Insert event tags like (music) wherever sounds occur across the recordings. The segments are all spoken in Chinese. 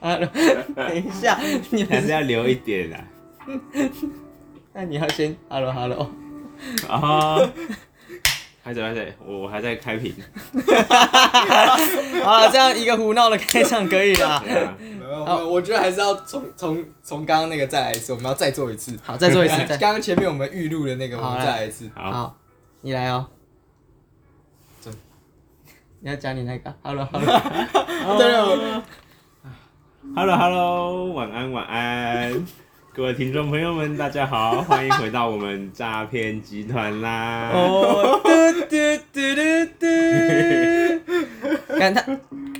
啊，等一下，你还 (laughs) 还是 (laughs) 是要留一点啊。那你要先 hello hello， (laughs) 哦，拍手拍手，我我还在开屏。好了，这样一个胡闹的开场可以 (laughs) 啦。对啊没有，哦我我觉得还是要从从从刚刚那个再来一次，我们要再做一次。好，再做一次，刚再刚前面我们预录的那个，我好们来再来一次。好，好，你来哦这。你要讲你那个 hello hello，对对，我 Hello Hello，晚安晚安，各位听众朋友们，大家好，欢迎回到我们诈骗集团啦。哦，嘟嘟嘟嘟嘟，看他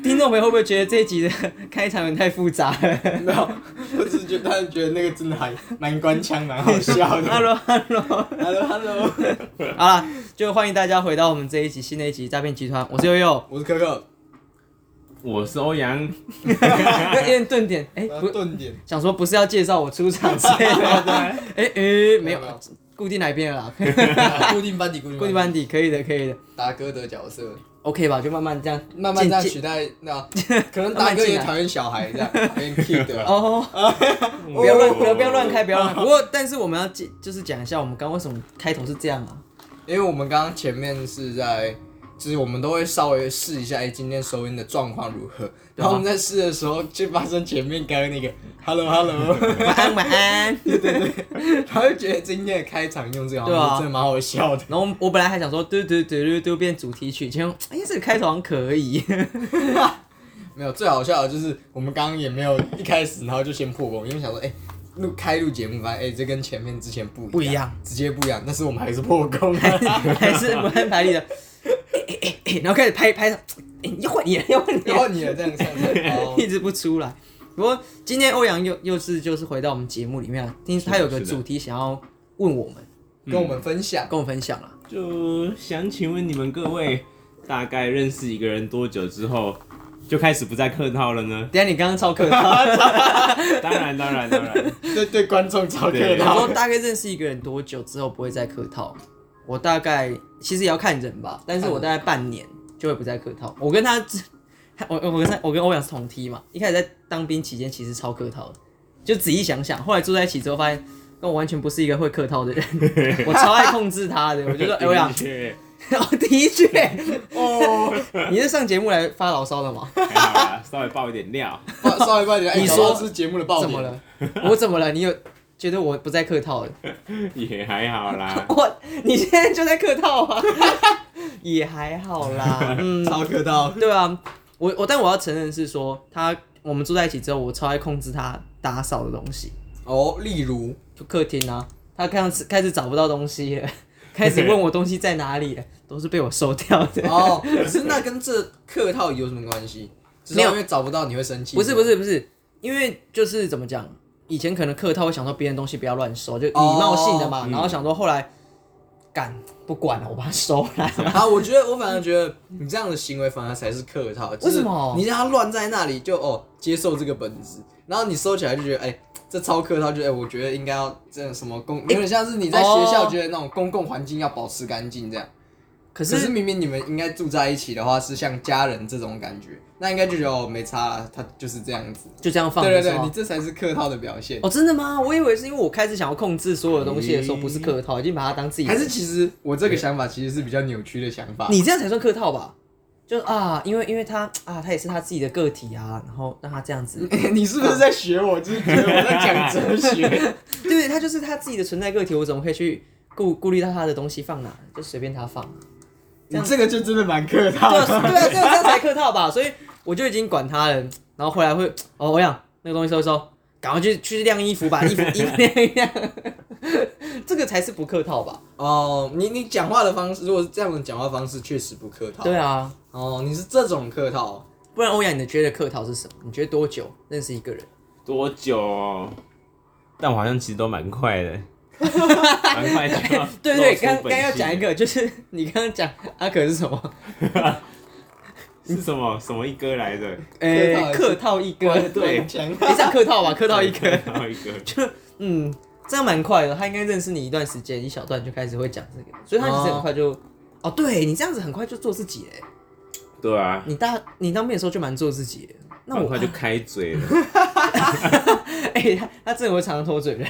听众朋友会不会觉得这一集的开场有点太复杂了 (laughs) 没有，我只是觉得，但是觉得那个真的还蛮官腔，蛮好 (laughs) 笑的。 ？hello hello。 Hello Hello，好了，就欢迎大家回到我们这一集新的一集诈骗集团，我是悠 (laughs) 悠。我是可可，我是欧阳，那有点顿点，哎、然后不，顿点，想说不是要介绍我出场之类 (laughs) 的，哎、诶没有没有没有，固定来宾了啦， (laughs) (laughs) 固定班底，固定固定班底可以的，可以的达哥的角色， ，OK 吧，就慢慢这样，慢慢这样渐取代 (laughs) 那，可能慢慢达哥进也来讨厌小孩这样，讨厌 kid 啊。哦，不要乱，不要不要乱开，不要乱开。不过，但是我们要介就是讲一下，我们刚刚为什么开头是这样啊？因为我们刚刚前面是在，就是我们都会稍微试一下，哎、今天收音的状况如何。然啊后我们在试的时候，就发生前面刚刚那个 (laughs) hello hello， (laughs) 晚安，晚安。 (laughs) 然后就觉得今天的开场用这个，好对啊像真的蛮好笑的。然后我本来还想说，嘟嘟嘟嘟嘟变主题曲，结果哎，这个开头好像可以。没有，最好笑的就是我们刚刚也没有一开始，然后就先破功，因为想说，哎、录开录节目，发现哎、这跟前面之前不 (laughs) 不一一样，直接不一样，但是我们还是破功了。 (laughs) 还是不按牌理的，哎哎哎，然后开始拍拍手，哎，要换你了，要换你然了，后你也这样这样这样，哦 (laughs) 一直不出来。不过今天欧阳又又是就是回到我们节目里面了，听他有个是的主题想要问我们，跟我们分享。跟我分享啊了。就想请问你们各位，大概认识一个人多久之后，就开始不再客套了 (laughs) 呢？等一下你刚刚超客套，当然当然当然，对对，观众超客对我套说。大概认识一个人多久之后不会再客套？我大概其实也要看人吧，但是我大概半年就会不再客套。我跟他， (laughs) 我我跟他我跟欧阳是同梯嘛，一开始在当兵期间其实超客套的，就仔细想想，后来住在一起之后发现。跟我完全不是一个会客套的人，我超爱控制他的。我 (laughs) 就说，哎欧阳 (laughs) 的，确哦，的确，哦， (laughs) 你是上节目来发牢骚的 (laughs) 吗？还好啦，稍微爆一点料。稍稍微快点，哎你搞不好说是节目的爆怎么点？了？我怎么了？你有觉得我不在客 (laughs) 套了？，也还好啦我，你现在就在客套啊？ (laughs) 也还好啦，嗯，超客套，对啊，我我但我要承认是说，他我们住在一起之后，我超爱控制他打扫的东西，哦，例 (laughs) 如，就客厅啊，他开始开始找不到东西了，开 (laughs) 始问我东西在哪里了，都是被我收掉的。 (laughs) 哦，可是那跟这客套有什么关系？只是没有因为找不到你会生气。不是不，是不是，因为就是怎么讲，以前可能客套会想说别人东西不要乱收，就礼貌性的嘛，哦嗯然后想说后来，干不管了，我把它收来。啊，我觉得我反而觉得你这样的行为反而才是客套。就是为什么你让他乱在那里就哦接受这个本质，然后你收起来就觉得哎、这超客套，就哎、我觉得应该要这样什么公，有点像是你在学校哦觉得那种公共环境要保持干净这样。可 (laughs) 可是是明明你们应该住在一起的话，是像家人这种感觉，那应该就觉得哦没差啦，他就是这样子。就这样放对着对是对，你吗？这才是客套的表现。哦，真的吗？我以为是因为我开始想要控制所有东西的时候，不是客套，已经把它当自己人还是其实我这个想法其实是比较扭曲的想法。你这样才算客套吧？就是啊，因为因为他啊，他也是他自己的个体啊，然后让他这样 (laughs) 子，你是不是在学我？就是觉得我在讲哲 (laughs) 学。对，他就是他自己的存在个体，我怎么可以去顾顾虑到他的东西放哪？就随便他放。你这个就真的蛮 (laughs) 客套对啊，的。对啊，这样这样才客套吧？所以我就已经管他了，然后回来会哦，我想那个东西收一收，赶快去去晾衣服吧，衣服衣服晾一晾， (laughs) 这个才是不客套吧？哦，你你讲话的方式，如果是这样的讲话方式，确实不客套。对啊，哦，你是这种客套，不然欧阳，你觉得客套是什么？你觉得多久认识一个人？多久、哦？但我好像其实都蛮 (laughs) 快的，蛮快的。对对，露出刚本刚要性讲一个，就是你刚刚讲阿可是什么？是什么什么一哥来着？诶、呃客客套一我哥，对讲你想客套吧，客套一对哥，然后一哥，嗯，这样蛮快的。他应该认识你一段时间，一小段就开始会讲这个，所以他其实很快就，哦，对你这样子很快就做自己嘞。欸对啊，你大你当面的时候就蛮做自己的，那我很快就开嘴了。 (laughs) 哎、他他真的会常常拖嘴人，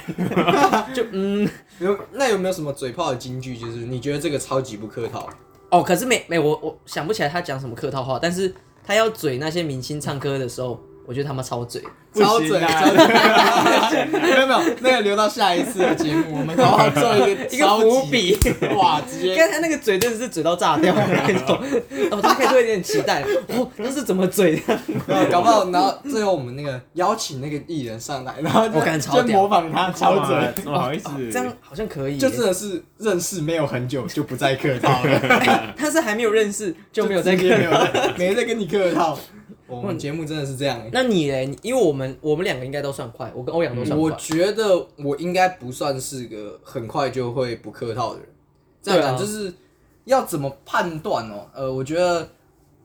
就嗯有那有没有什么嘴炮的金句？就是你觉得这个超级不客套，哦，可是没没我我想不起来他讲什么客套话，但是他要嘴那些明星唱歌的时候，我觉得他妈超嘴。不超行嘴，啊超嘴， (laughs) 没有没有，那个留到下一次的节目，我们好好做 (laughs) 一个一个伏笔超级，哇，直 (laughs) 接 (laughs) 刚才那个嘴真的是嘴到炸掉那种， (laughs) 哦，大家可以都有点期待，哦，那是怎么嘴的？没有搞不好，然后最后我们那个邀请那个艺人上来，然后就我感觉超屌就模仿他超 (laughs) 哇准，怎么好意思？哦这样好像可以耶，就真的是认识没有很久就不再客套了，他是还没有认识 (laughs) 就没有在再客嗯没有再没再跟你客套。我们节目真的是这样欸，那你嘞？你因为我们我们两个应该都算快，我跟欧阳都算我快。觉得我应该不算是个很快就会不客套的人。这样对啊讲就是要怎么判断哦？呃，我觉得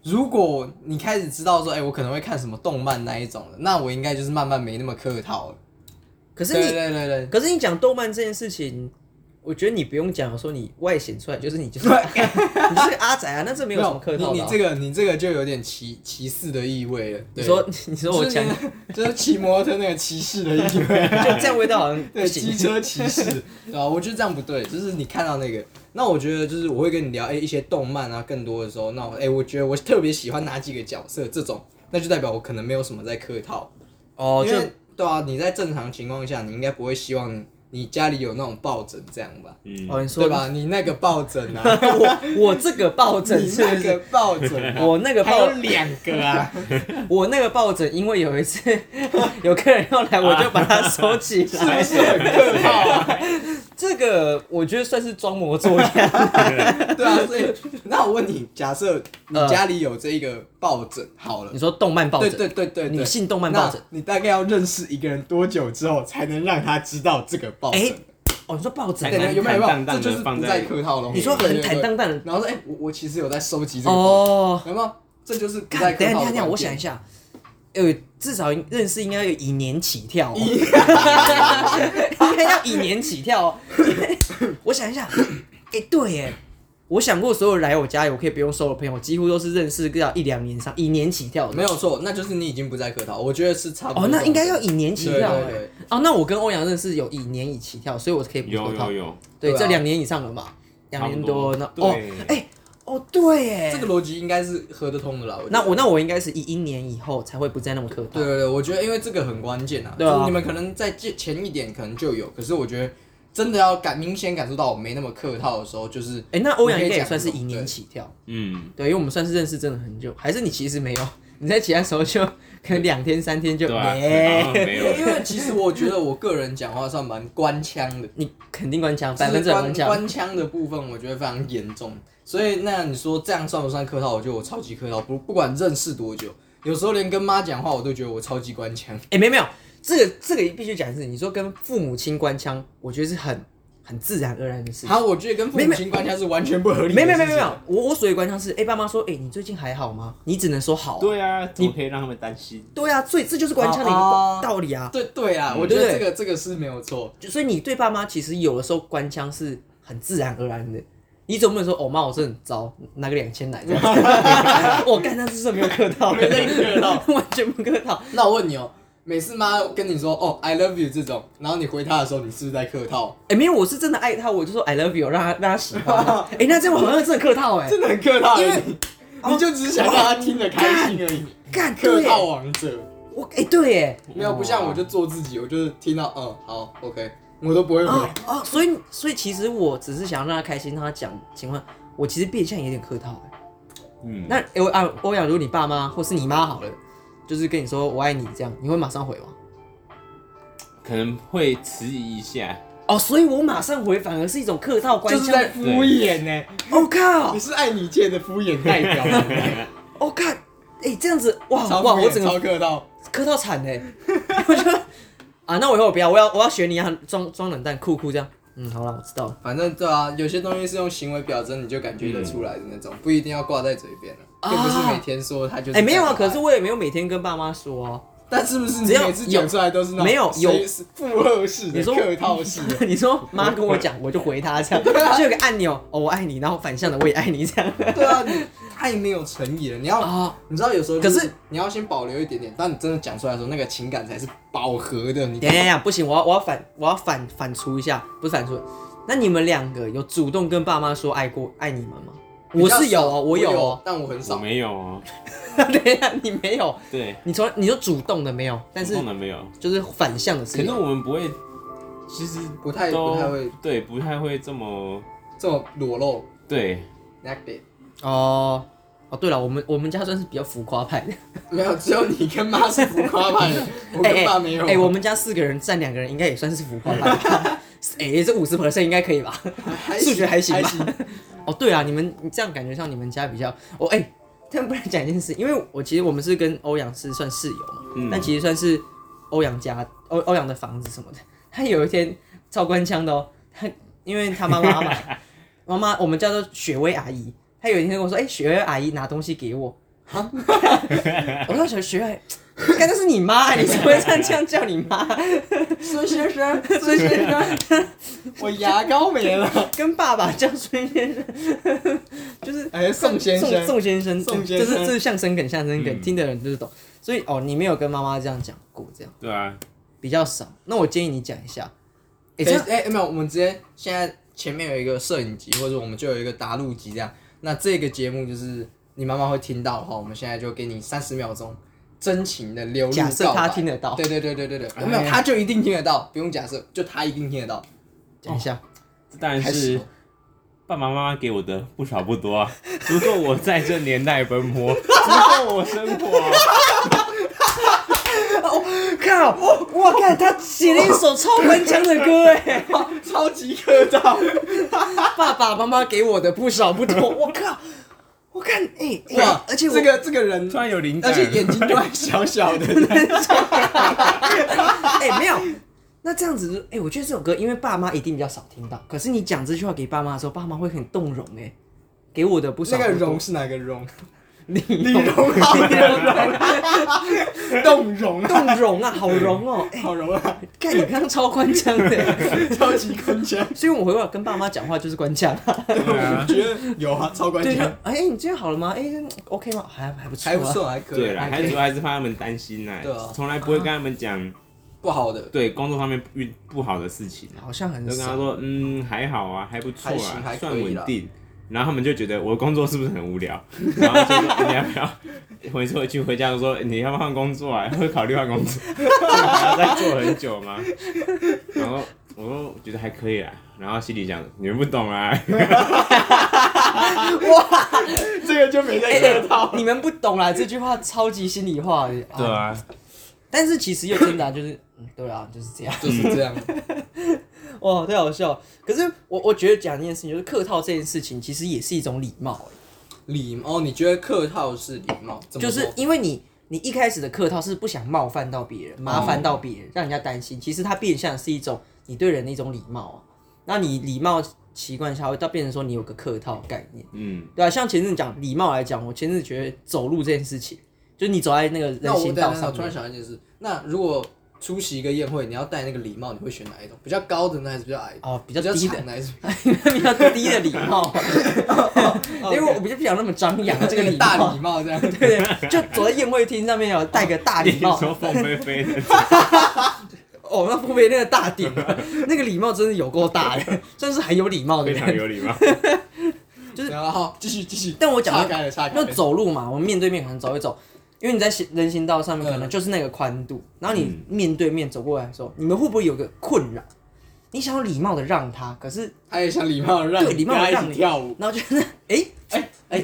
如果你开始知道说，哎、我可能会看什么动漫那一种的，那我应该就是慢慢没那么客套了。可是对你，对对对，可是你讲动漫这件事情，我觉得你不用讲说你外显出来，就是你就是 (laughs) 你就是个阿仔啊，那这没有什么客套你的你啊、这个你这个就有点歧歧视的意味了。你对说你说我就是讲那 (laughs) 个就是骑摩托车那个骑士的意味。就这样味道好像不对，行机。车骑士，对啊，我觉得这样不对，就是你看到那个，那我觉得就是我会跟你聊，哎、一些动漫啊，更多的时候，那我哎、我觉得我特别喜欢哪几个角色，这种，那就代表我可能没有什么在客套，哦，因就为对啊，你在正常情况下，你应该不会希望你你家里有那种抱枕这样吧，嗯，哦，你说对？吧？你那个抱枕啊， (laughs) 我我这个 (laughs) 抱枕 (laughs) 你是不那是？个抱枕、啊，我那个还抱有两个啊，我那个抱枕，因为有一次 (laughs) 有客人要来，我就把它收起是来。不是很客套啊？这个我觉得算是装模作样。 (laughs) 对啊，所以 (laughs) 那我问你，假设你家里有这一个抱枕，好了呃你。说动漫抱对枕，对对对对，女性动漫那抱枕。你大概要认识一个人多久之后，才能让他知道这个抱枕？哎哦，你说抱枕对啊，对，有没有？有没坦荡有？荡这地就是放不在再客套了。你说很坦荡荡对对对然后说，哎、我我其实有在收集这个，哦，有没有？这就是不再干，等一下，等一下，客套的等一下，关我想一键下，呃，至少认识应该有以年起跳、哦， (laughs) 应该要以年起跳、哦。 (laughs) 我想一下，哎、对耶，我想过所有来我家里我可以不用收的朋友，几乎都是认识个要一两年上，以年起跳的。没有错，那就是你已经不再客套，我觉得是差不多。哦，那应该要以年起跳对对哎对。哦，那我跟欧阳认识有以年以起跳，所以我可以不有扣套有。有，对，对啊这两年以上了嘛，两年多，那差不多哦对，哎、哦，对耶，这个逻辑应该是合得通的啦。觉得那我那我应该是一一年以后才会不再那么客套对。对对，我觉得因为这个很关键啊，对啊就是你们可能在前前一点可能就有，可是我觉得真的要感明显感受到我没那么客套的时候，就是哎、那欧阳应该你可也以讲算是什么以年对起跳，嗯，对，因为我们算是认识真的很久，还是你其实没有，你在其他时候就 (laughs) 可能两天三天就，对啊，哎啊没有，因为其实我觉得我个人讲话算蛮官腔的，你肯定关腔，就百分是之百关官腔，官腔的部分，我觉得非常严重。所以那你说这样算不算客套？我觉得我超级客套，不不管认识多久，有时候连跟妈讲话我都觉得我超级官腔。哎、没有没有，这个这个必须讲的是，你说跟父母亲关腔，我觉得是很很自然而然的事情。好，我觉得跟父母亲官腔是完全不合理的没有没有没有事没情有，我我所谓关腔是，哎、爸妈说，哎、你最近还好吗？你只能说好、啊。对啊，怎么可以让他们担心？对啊，所以这就是关腔的一个哦哦道理啊。对对啊，嗯我觉得对这个这个是没有错。就所以你对爸妈其实有的时候官腔是很自然而然的。你总不能说哦妈，我真的很糟，拿个两千来这样子。 (laughs) 我干，那是真的没有客套，没在客套， (laughs) 完全不客套。那我问你哦，每次妈跟你说哦 I love you 这种，然后你回她的时候，你是不是在客套？哎、没有，我是真的爱他，我就说 I love you，让他让他喜欢啊。哎、那这样我好像真的客套哎、真的很客套，因为哦你你就只是想让她听得开心而已。干客对耶，套哦王者，我哎、对哎，没有不像我就做自己，我就是听到嗯好 OK，我都不会回哦。哦，所以所以其实我只是想要让他开心，让他讲情况。我其实变相有点客套哎、嗯，那哎我啊，欧阳，如果你爸妈或是你妈好了，就是跟你说我爱你这样，你会马上回吗？可能会迟疑一下，哦，所以我马上回反而是一种客套哦关就腔。是在敷衍呢、我、靠你，是爱你界的敷衍代表，啊我、哦靠，哎、这样子 (laughs) 哇超敷哇，衍我整超个客套，客套惨哎， (laughs) 我就啊，那我以后不要，我要我要学你啊，装装冷淡，酷酷这样。嗯，好了，我知道了。反正对啊，有些东西是用行为表征，你就感觉得出来的那种，不一定要挂在嘴边了，啊并不是每天说他就是。哎、啊没有啊，可是我也没有每天跟爸妈说啊。但是不是你只要每次讲出来都是那种有没有有谁是附和式的、你说客套式 (laughs) 的？你说妈跟我讲，我就回她这样，啊就有个按钮，哦，我爱你，然后反向的我也爱你这 (laughs) 样。 (laughs) 对啊，你太没有诚意了。你要、啊，你知道有时候就、可是你要先保留一点点，当你真的讲出来的时候，那个情感才是饱和的。你 (laughs) 等一下等一下，不行，我要我要反我要反反刍一下，不是反刍。那你们两个有主动跟爸妈说爱过爱你们吗？我是有哦，我有哦。，但我很我少。没有哦， (laughs) 等一下，你没有，对，你从你就主动的没有，但是碰了没有？就是反向的可是是有。我们不会，其实不太都不太会对，不太会这么这种裸露对， naked，哦哦，对了，我们我们家算是比较浮夸派的。没有，只有你跟妈是浮夸版 (laughs) 的，哎我跟爸没有。哎、我们家四个人占两个人，应该也算是浮夸派吧。哎、这五十 percent 应该可以吧？还数学还行吧行哦，对啊，你们你这样感觉像你们家比较……哦，哎、但不然讲一件事，因为我其实我们是跟欧阳是算室友嘛，嗯但其实算是欧阳家欧欧阳的房子什么的。 (laughs) 他有一天超官腔的哦，他因为他妈妈嘛，妈妈我们叫做雪薇阿姨，她有一天跟我说：“哎、雪薇阿姨拿东西给我。” (laughs) 啊，我说雪雪薇阿姨，干那是你妈，你怎么会这样这样叫你妈？孙先生，孙先生 (laughs) 我牙膏没了。跟爸爸叫孙先生，就是 (laughs) 哎，宋先宋生，宋先生，宋先这生是这是相声梗，相声梗，嗯听的人就是懂。所以哦，你没有跟妈妈这样讲过，这样对啊，比较少。那我建议你讲一下。哎、哎这样哎，没有，我们直接现在前面有一个摄影机，或者我们就有一个答录机这样。那这个节目就是你妈妈会听到的话，我们现在就给你三十秒钟真情的流露假设告白她听得到对对对对对对，哎没有，她就一定听得到，不用假设，就她一定听得到。讲一下，这当然开始是哦爸爸妈妈给我的不少不多啊，足够我在这年代奔波，足够我生活啊、哦靠！ (laughs) 我靠，他写了一首超顽强的歌 (laughs) 哎！超级客套，爸爸妈妈给我的不少不 (laughs) 多，我靠！我看哎、哎哇！而且我这个这个人突，然有灵感，而且眼睛都还小小的，哎、没有。那这样子，哎、我觉得这首歌，因为爸妈一定比较少听到，可是你讲这句话给爸妈的时候，爸妈会很动容哎、给我的不少那不多个容是哪个容？李李荣浩， (laughs) (laughs) 动容啊，动容啊，好容哦、哎，好容啊，看你刚刚超官 (laughs) 腔的，超级官腔。所以我回过来跟爸妈讲话就是官腔、对我啊，觉得有啊，超官对，就腔，哎、你今天好了吗？哎、OK 吗？还还不错、啊还不。错，还可以， (laughs) 对啦，还是主要还是怕他们担心呐对啊，从来不会跟他们讲不好的，对工作上面遇不好的事情，好像很就跟他少，说嗯还好啊，还不错还行啊，还可以算啦稳定。然后他们就觉得我的工作是不是很无聊？ (laughs) 然后就说你要不要回回去回家就说你要不要换工作啊？ (laughs) 会考虑换工作，这个还要再做很久吗？ (laughs) 然后我说觉得还可以啊，然后心里想你们不懂啊，这个就哎没在哎客套。你们不懂啦，这句话超级心里话的。 (laughs) 对啊，但是其实又 (laughs) 真的、啊、就是，嗯，对啊，就是这样。就是这样，哇，太好笑了。可是我我觉得讲一件事情，就是客套这件事情，其实也是一种礼貌、欸礼貌，你觉得客套是礼貌？怎么就说是因为你你一开始的客套是不想冒犯到别人，麻烦到别人，让人家担心。其实它变相是一种你对人的一种礼貌啊。那你礼貌习惯下，会到变成说你有个客套概念，嗯，对啊，像前阵子讲礼貌来讲，我前阵子觉得走路这件事情，就是你走在那个那人我行等一下道上等一下我突然面，想到一件事，那如果出席一个宴会，你要戴那个礼帽，你会选哪一种？比较高的呢，还是比较矮的？哦，比比较低的长，的还是？比较低的礼貌，因为我比较不想那么张扬，这个那礼大貌礼，帽这样。对对，就走在宴会厅上面有戴个大 (laughs) 你礼帽，说凤飞飞 (laughs) 的，哦，那不被那个大顶， (laughs) 那个礼貌真是有够大的，算是很有礼貌的非常人。有礼貌。 (laughs) 然后继续继续。但我讲岔到开了，岔开那了。走路嘛，我们面对面可能走一走，因为你在行人行道上面嗯可能就是那个宽度，然后嗯你面对面走过来的时候，你们会不会有个困扰？你想要礼貌的让他，可是他也想礼貌地让你对礼貌地跟他让一你起跳舞。然后就是哎哎 (laughs) 哎，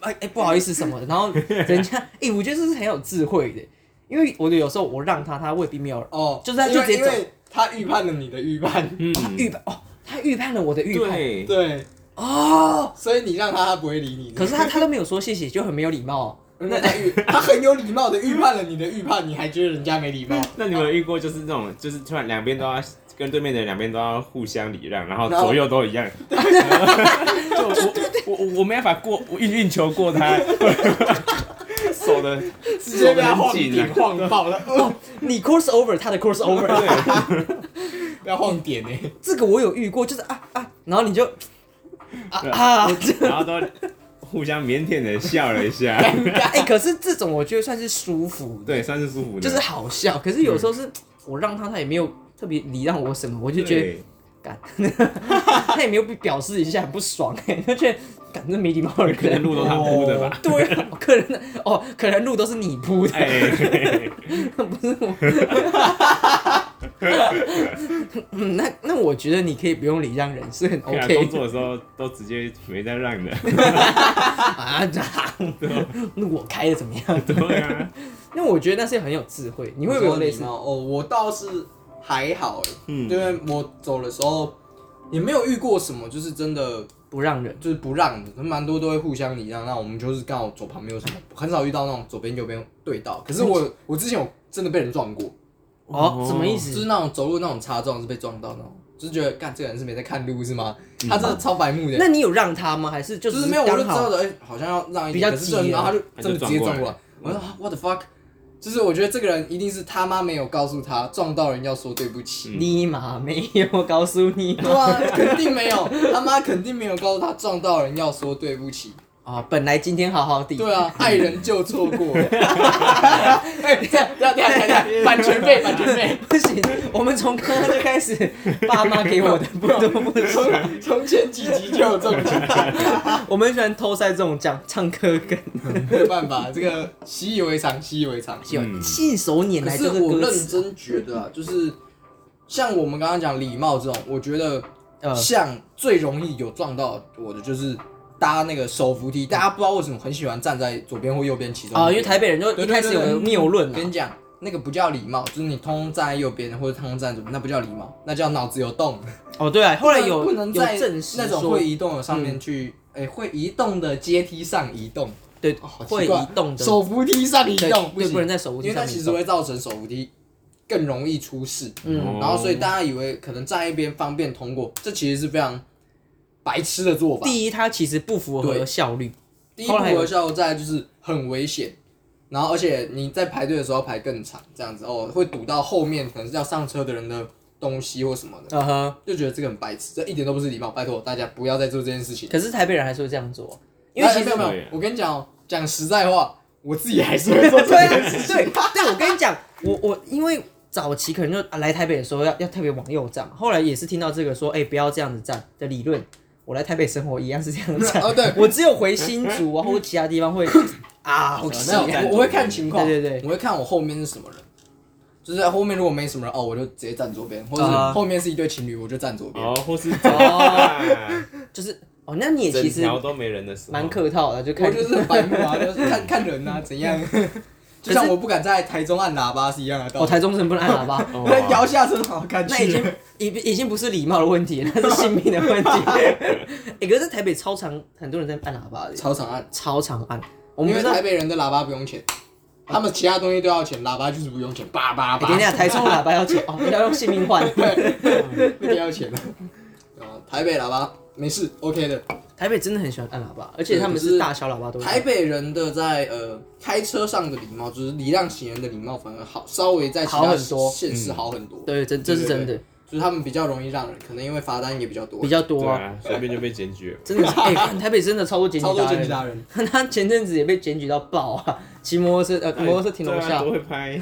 哎哎不好意思什么的，然后人家哎、我觉得这是很有智慧的，因为我的有时候我让他，他未必没有哦， (laughs) 就是他就直接因为因为他预判了你的预判，嗯，预判哦，他预判了我的预判对， (laughs) 对，哦，所以你让他，他不会理你。可是他他都没有说谢谢，就很没有礼貌、哦。那他预，他很有礼貌的预判了你的预判，你还觉得人家没礼貌？那你们有遇过就是那种，就是突然两边都要跟对面的人两边都要互相礼让，然后然后左右都一 (laughs) 样，就 (laughs) 我我我我没办法过我运运球过他，手的直接被他手晃很紧点啊，晃爆了，哦你 cross over，他的 cross (laughs) over，不要晃点欸呢。这个我有遇过，就是啊啊，然后你就啊对啊，这然后都互相腼腆的笑了一下，哎、可是这种我觉得算是舒服的，对，嗯算是舒服的，就是好笑。可是有时候是我让他，他也没有特别礼让我什么，我就觉得对干，他也没有表示一下很不爽 (laughs) 哎、就觉得干这没礼貌的可能人。路都他铺的吧。 (laughs) 对啊，可能哦，可能路都是你铺的，哎，嘿嘿 (laughs) 不是我。 (laughs) 嗯，那那我觉得你可以不用礼让人，是很对啊 OK 工的作的时候都直接没在让的， (laughs) 啊。 (laughs) 这那我开的怎么样？对啊，那我觉得那是很有智慧。你会不会有类似你说礼貌哦，我倒是还好欸，嗯因为我走的时候也没有遇过什么，就是真的不让人？就是不让的，蛮多都会互相礼让。那我们就是刚好走旁边有什么，很少遇到那种左边右边对嗯到。可是我我之前有真的被人撞过，哦，什么意就思？是那种走路那种擦撞是被撞到那种，就是觉得干这个人是没在看路是吗？嗯他真的超白目的。那你有让他吗？还是就只就是是没有，我就刚知道好的，哎、好像要让一比较点，可是急真的然后他就他就真的直接撞撞过过来来，我说、啊 what the fuck，就是我觉得这个人一定是他妈没有告诉他撞到人要说对不起，尼玛没有告诉 (laughs) 嗯你对啊，肯定没有，他妈肯定没有告诉他撞到人要说对不起，啊！本来今天好好的，对啊，爱人就错过 (laughs) 了，哎、这样这样这样这样，版权费版权费，不行，我们从刚刚就开始，爸妈给我的不多不 (laughs) 少。从从前几集就有这种情况， (laughs) 我们很喜欢偷塞这种讲唱歌梗，没有办法，这个习以为常，习以为常，喜欢嗯信手拈可来是这个我歌认词，真觉得、啊，就是像我们刚刚讲礼貌这种，我觉得呃，像最容易有撞到我的就是搭那个手扶梯，大家不知道为什么很喜欢站在左边或右边其中一啊，边因为台北人就对一对开始有对个对谬论跟啊你讲。那个不叫礼貌，就是你通通站在右边或者通通站左边，那不叫礼貌，那叫脑子有 (laughs) 洞。哦，对啊，后来有不能有在证实那种说嗯会移动的上面去，哎、会移动的阶梯上移动，对好哦奇哦会怪移动的手扶梯上移对动，不对，行，不能在手扶因梯为它上其移实动。会造成手扶梯更容易出事。嗯，哦然后所以大家以为可能站一边方便通过，这其实是非常白痴的做法。第一，它其实不符合对效率，第一不合效，再来就是很危险，然后而且你在排队的时候要排更长，这样子哦会堵到后面可能是要上车的人的东西或什么的，呃呵。就觉得这个很白痴，这一点都不是礼貌，拜托大家不要再做这件事情。可是台北人还是会这样做，因为那其呃没实有没有对啊，我跟你讲哦，讲实在话，我自己还是会做这对啊件事情。对，但我跟你讲，我我因为早期可能就啊来台北的时候要要特别往右站，后来也是听到这个说，哎、不要这样子站的理论。我来台北生活一样是这样站， (laughs) 哦对我只有回新竹啊或者其他地方 (laughs) 会啊，好气没有啊，我我会看情况，对对对我会看我后面是什么人，就是后面如果没什么人哦，我就直接站左边，或者啊是后面是一对情侣，我就站左边。哦，或 (laughs) 是啊就是哦，那你也整其实条都没人的时候，蛮客套的，就我看就是很白目啊， (laughs) 就是看看人啊，(laughs) 怎样？就像我不敢在台中按喇叭是一样的道哦，理。台中人不能按喇叭，哦那 (laughs) 摇下车好看 (laughs) 那已去经了。已已经不是礼貌的问题， (laughs) 那是性命的问题。哎、可是台北超常很多人在按喇叭的，操场按，超常按，我因们不知为道台北人的喇叭不用钱，他们其他东西都要钱，喇叭就是不用钱，叭叭欸、叭等一， (laughs) 下，台中喇叭要钱哦，要用性命换。 (laughs) 那个要钱的。哦，台北喇叭没事，OK 的。 (laughs) 台北真的很喜欢按喇叭，而且他们是大小喇叭都会台按。北人的在呃开车上的礼貌，就是礼让行人的礼貌，反而好稍微在其好他很多嗯县市好很多，对，这这是真对的，就是他们比较容易让人，可能因为罚单也比较多，比较多对啊，啊，随便就被检举了。真的是。哎，看台北真的超多检超举多达检举人，达人。 (laughs) 他前阵子也被检举到爆啊，骑摩托车呃 (laughs) 摩托车停楼对啊下都，会拍，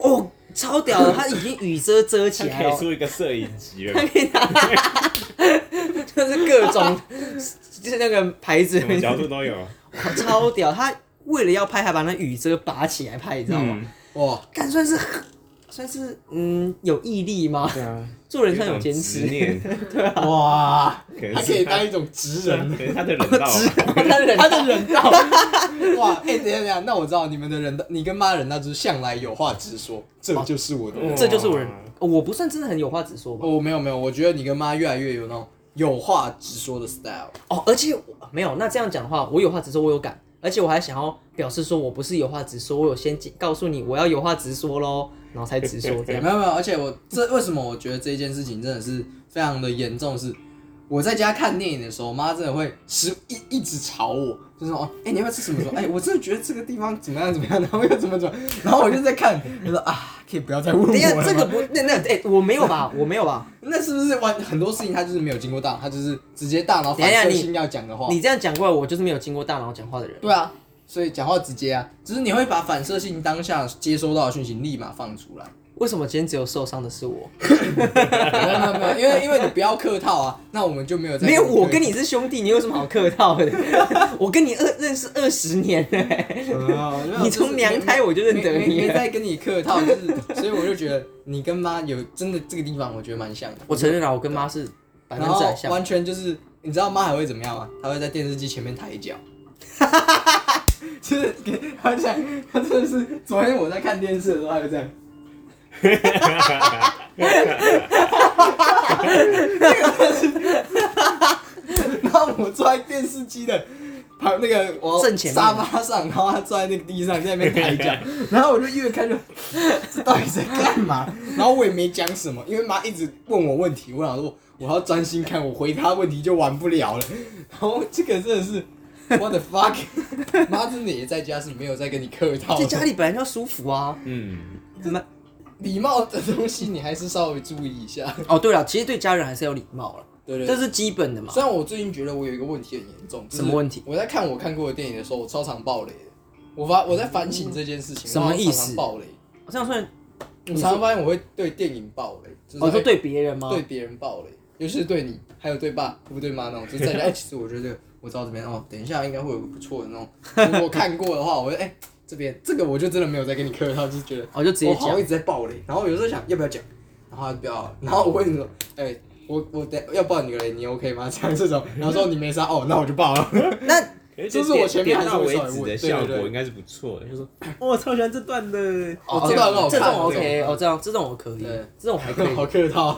哦，超屌的，他已经雨遮遮他起来可以了，出一个摄影集了他。可以拿， (laughs) 就是各种就是那个牌子什，么角度都有，哇超屌，他为了要拍，还把那雨遮拔起来拍，你知道吗？嗯，哇，干算是算是嗯有毅力吗？对啊，做人上有坚一种执持，念，哇，可能他可是以他当一种职对啊 (laughs) 人。可能是 (laughs) 他的人道啊吧， (laughs) 他忍他的 (laughs) 人道，哇！哎、等一下等一下，那我知道你们的人道，你跟妈人道就是向来有话直说，这就是我的人。这就是我人，我不算真的很有话直说吧。哦，没有没有，我觉得你跟妈越来越有那种有话直说的 style。哦，而且我没有，那这样讲的话，我有话直说，我有感，而且我还想要表示说我不是有话直说，我有先警告诉你我要有话直说喽，然后才直说这 (laughs) 也样。没有没有，而且我这为什么我觉得这件事情真的是非常的严重是，我在家看电影的时候，我妈真的会时一一直吵我，就说：“哦，哎、你要不要吃什么什么？哎、我真的觉得这个地方怎么样怎么样，然后又怎么怎么。”然后我就在看，就说：“啊，可以不要再问我等一下了。”这个不那那哎、我没有吧，我没有吧。那是不是完很多事情他就是没有经过大脑，他就是直接大脑反等一下射你性要讲的话？你这样讲过来，我就是没有经过大脑讲话的人。对啊，所以讲话直接啊，只是你会把反射性当下接收到的讯息立马放出来。 (laughs) 为什么今天只有受伤的是我？没有没有没有，因为因为你不要客套啊，那我们就没有在没有，我跟你是兄弟，你有什么好客套 (laughs) 的？我跟你二认识二十年了、哦欸，你从娘胎我就认得没没你没了。在跟你客套，就是所以我就觉得你跟妈有真的这个地方，我觉得蛮像的。我承认了，我跟妈是百然分之后百像。完全就是，你知道妈还会怎么样吗？她会在电视机前面抬脚。 (laughs) 就是给她讲，她真的是昨天我在看电视的时候，她就这样。然后我坐在电视机的旁那个我正前面沙发上，然后她坐在那个地上在那边 (laughs) 抬脚，然后我就越看就这到底在干嘛？然后我也没讲什么，因为妈一直问我问题，我想说我要专心看，我回答问题就完不了 (laughs) 了。然后这个真的是 what the fuck，(laughs) 妈真的也在家是没有在跟你客套在的，家里本来就要舒服啊。嗯，怎么？礼貌的东西你还是稍微注意 (laughs) 一下。哦，对了，其实对家人还是要礼貌了，对这是基本的嘛。虽然我最近觉得我有一个问题很严重，就是什么问题我在看我看过的电影的时候，我超常爆雷的。我发我在反省这件事情，什么然后意常思常爆雷，我这样算，我常常发现我会对电影爆雷，就是哦我说哎对别人吗？对别人暴雷，尤其是对你，还有对爸或对妈那种，就是 (laughs) 在家。哎，其实我觉得我知道这边哦，等一下应该会有个不错的那种。 (laughs) 如果看过的话，我就哎、这边这个我就真的没有在跟你客套，就是觉得我哦就直接我讲好像一直在暴雷，然后有时候想要不要讲，然后他就不要，然后我问你说，哎、我我等要爆你个雷，你 OK 吗？这样这种，然后说你没杀哦，那我就爆了。那就是我前面点还是到会为稍微止问的对效对对果应该是不错的，就说哦，我超喜欢这段的，哦这段很好这看种我这种 OK，哦，这样这种我可以对，这种我还 (laughs) 可以。 (laughs) 好客套，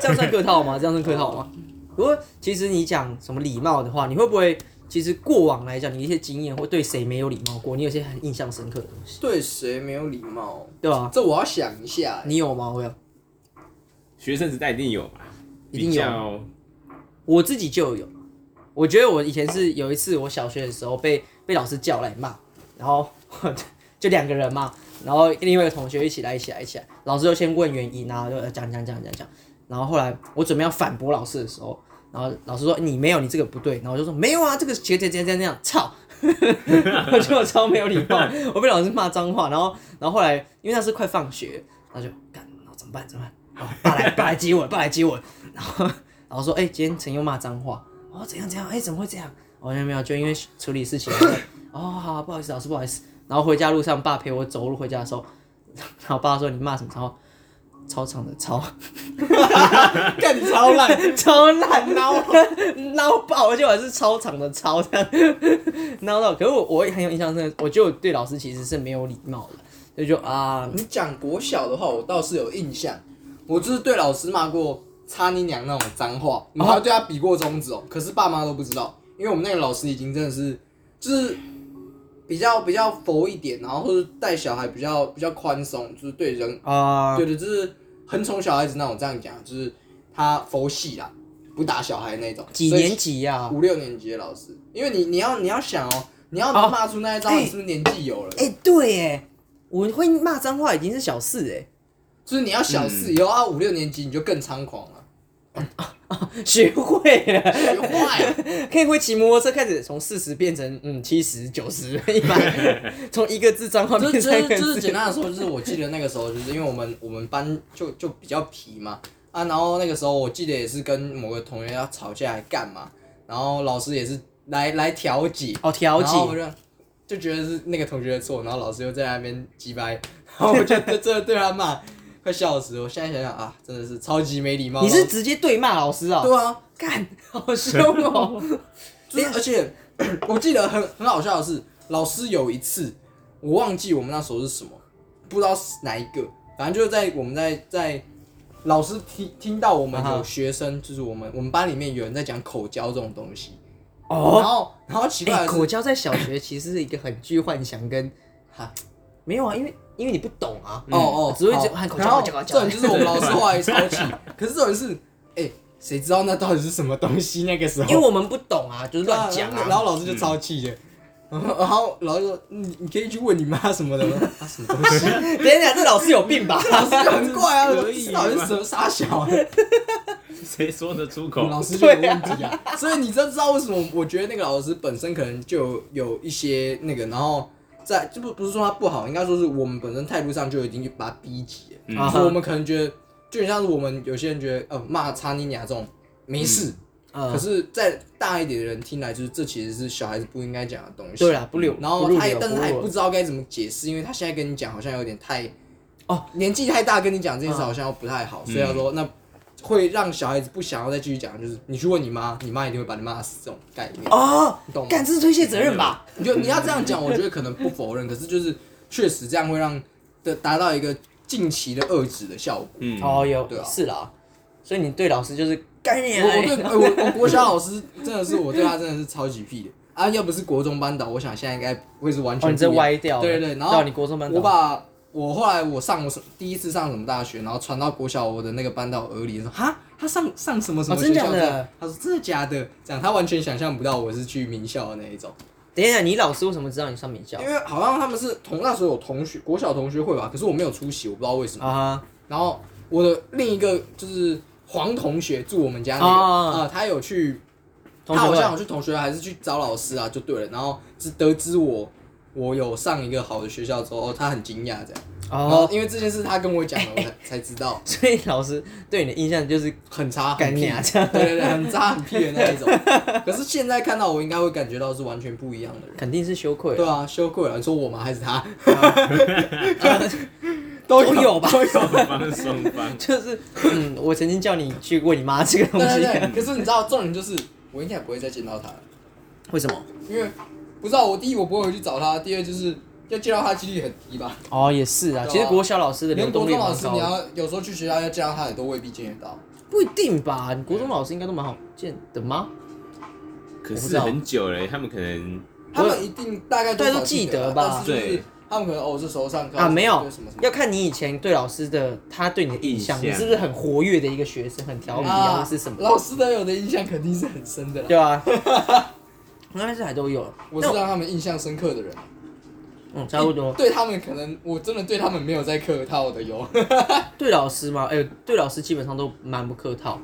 这样算客套吗？这样算客套吗？不过其实你讲什么礼貌的话，你会不会其实过往来讲，你一些经验或对谁没有礼貌过，你有些很印象深刻的东西，对谁没有礼貌？对吧、这我要想一下。你有吗？我有，学生时代一定有吧？一定有比较我自己就有。我觉得我以前是有一次，我小学的时候被被老师叫来骂，然后 (laughs) 就两个人嘛，然后另外一个同学一起来，一起来，一起来，老师就先问原因啊，就讲讲讲讲讲，然后后来我准备要反驳老师的时候，然后老师说你没有，你这个不对，然后我就说没有啊，这个姐姐姐姐那样，操！ (laughs) 我觉得我超没有礼貌，我被老师骂脏话，然后然后后来因为那是快放学，然后就干，然后怎么办怎么办？然后爸来爸来接我，爸来接我，然后然后说哎、今天陈又骂脏话，哦怎样怎样，哎、怎么会这样？我说没有，就因为处理事情，哦好不好意思老师不好意思，然后回家路上爸陪我走路回家的时候，然后爸说你骂什么脏话？操场的操， (laughs) 干你超烂， (laughs) 超烂孬 (laughs) 孬爆，而且我还是操场的操这样孬到。可是我我也很有印象深刻，我觉得我对老师其实是没有礼貌的，所以就啊，你讲国小的话，我倒是有印象，我就是对老师骂过“擦你娘”那种脏话，啊然后还对他比过中指哦。可是爸妈都不知道，因为我们那个老师已经真的是就是比较比较佛一点，然后或者带小孩比较比较宽松，就是对人啊、对的，就是很宠小孩子那种。这样讲啊就是他佛系啦，不打小孩那种。几所以年级呀、啊？五六年级的老师，因为你你要你要想哦，你要哦骂出那一招，哎你是不是年纪有了？哎、对哎，我会骂脏话已经是小事哎，就是你要小嗯四以后啊，五六年级你就更猖狂了， (laughs) 学会了，学坏 (laughs) 啊了。可以会骑摩托车，开始从四十变成嗯七十九十一百，从一个字脏话就变是成三就是个就是字。简单的说，就是我记得那个时候，就是因为我们我们班就就比较皮嘛啊，然后那个时候我记得也是跟某个同学要吵架还干嘛，然后老师也是来来调解，哦，调然后我解，就就觉得是那个同学的错，然后老师又在那边鸡掰，然后我就真的对他骂，快笑死我！现在想想啊，真的是超级没礼貌。你是直接对骂老师啊、对啊，干，好凶哦！就是哎 (clears throat) 而且我记得很很好笑的是，老师有一次我忘记我们那时候是什么，不知道是哪一个，反正就是在我们在在老师听听到我们啊哈有学生，就是我们我们班里面有人在讲口交这种东西，然哦，后然后奇怪哎、的是，口交在小学其实是一个很具幻想跟哈没有啊，因为因为你不懂啊，哦哦，只会好这喊口然交后口交口这交 (laughs) 种就是我们老师后来超气，可是这种是，哎、谁知道那到底是什么东西？那个时候因为我们不懂啊，就是乱讲 (laughs) 然啊。后老师就超气的，然后然后老师说你你可以去问你妈什么的 (laughs) 吗？啊什么东西？等一下，这老师有病吧？老师就很怪啊，可我以知吗道是什么傻小啊，谁说得出口？老师就有问题啊。所以你知道知道为什么？我觉得那个老师本身可能就有有一些那个，然后在就不不是说他不好，应该说是我们本身态度上就已经把他逼急了。啊所以我们可能觉得，就很像是我们有些人觉得，呃，骂擦你娘这种没事，嗯可是，在大一点的人听来，就是这其实是小孩子不应该讲的东西。对啦，啊不留，然后不入他也，流但是不他也入不流知道该怎么解释，因为他现在跟你讲好像有点太，哦，嗯年纪太大跟你讲这件事好像不太好，所以他说那会让小孩子不想要再继续讲，就是你去问你妈，你妈一定会把你骂死这种概念，哦，你懂吗？干这是推卸责任吧？你就你要这样讲，我觉得可能不否认，可是就是确实这样会让的达到一个近期的遏制的效果。 (laughs) 嗯，哦，有对啊是啦，所以你对老师就是啊概念。我我 (laughs) 对哎我我国小老师真的是我对他真的是超级屁的啊！要不是国中班导，我想现在应该不会是完哦，全你这不一样歪掉了。对对对然后到你国中班导，我把我后来我上我什第一次上什么大学，然后传到国小我的那个班导耳里，说哈他上上什么什么哦真的学假校的这样，他说真的假的，这样他完全想象不到我是去名校的那一种，等一下，你老师为什么知道你上名校因？为好像他们是同那时候有同学国小同学会吧，可是我没有出席，我不知道为什么。啊然后我的另一个就是黄同学住我们家那个，哦啊，他有去，同他学会好像有去同学会还是去找老师啊，就对了。然后是得知我我有上一个好的学校之后，哦他很惊讶这样。哈，然后哦， (laughs) 因为这件事他跟我讲了，我才才知道所以老师对你的印象就是很差，干很屁，你啊这样对对对，很渣很屁的那 (laughs) 一种。可是现在看到我，应该会感觉到是完全不一样的人。肯定是羞愧对了，啊，羞愧了，你说我吗？还是他？ (laughs) 都有有吧？方双方，就是嗯，我曾经叫你去问你妈这个东对西，对对。可是你知道，重点就是我应该不会再见到他了，为什么？因为不知道我第一我不会回去找他，第二就是要见到他几率很低吧。哦，也是啊，对啊其实国小老师的流连国动率中老蛮师，高你的，要有时候去学校要见到他，也都未必见得到。不一定吧？你国中老师应该都蛮好见的吗？可是很久了，他们可能他们一定大概多对少都记得得啊吧但是就是对他们可能哦，这时候上课啊，没有对什么什，么要看你以前对老师的他对你的印象，印你象是不是很活跃的一个学生，很调皮啊，或啊是什么？老师对我的印象肯定是很深的啦。对啊， (laughs) 应该是还都有，我但是让他们印象深刻的人，嗯，差不多。对他们可能我真的对他们没有在客套的哟。对老师嘛，哎、对老师基本上都蛮不客套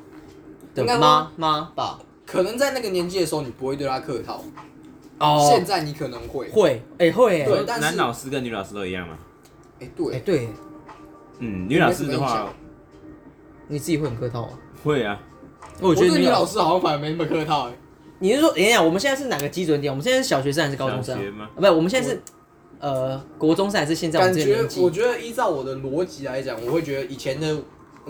的应该，说妈妈吧， (laughs) 可能在那个年纪的时候，你不会对他客套，哦现在你可能会。会，哎、会、哎，对但是男老师跟女老师都一样嘛。哎，哎、对，对，嗯，女老师的话你自己会很客套啊。会啊，我觉得对你女老老师，师好像反而没那么客套，哎，你是说，等一下，我们现在是哪个基准点？我们现在是小学生还是高中生小学啊 (laughs) 吗？啊不，我们现在是呃国中生还是现在我感们这个觉年纪我？觉得依照我的逻辑来讲，我会觉得以前的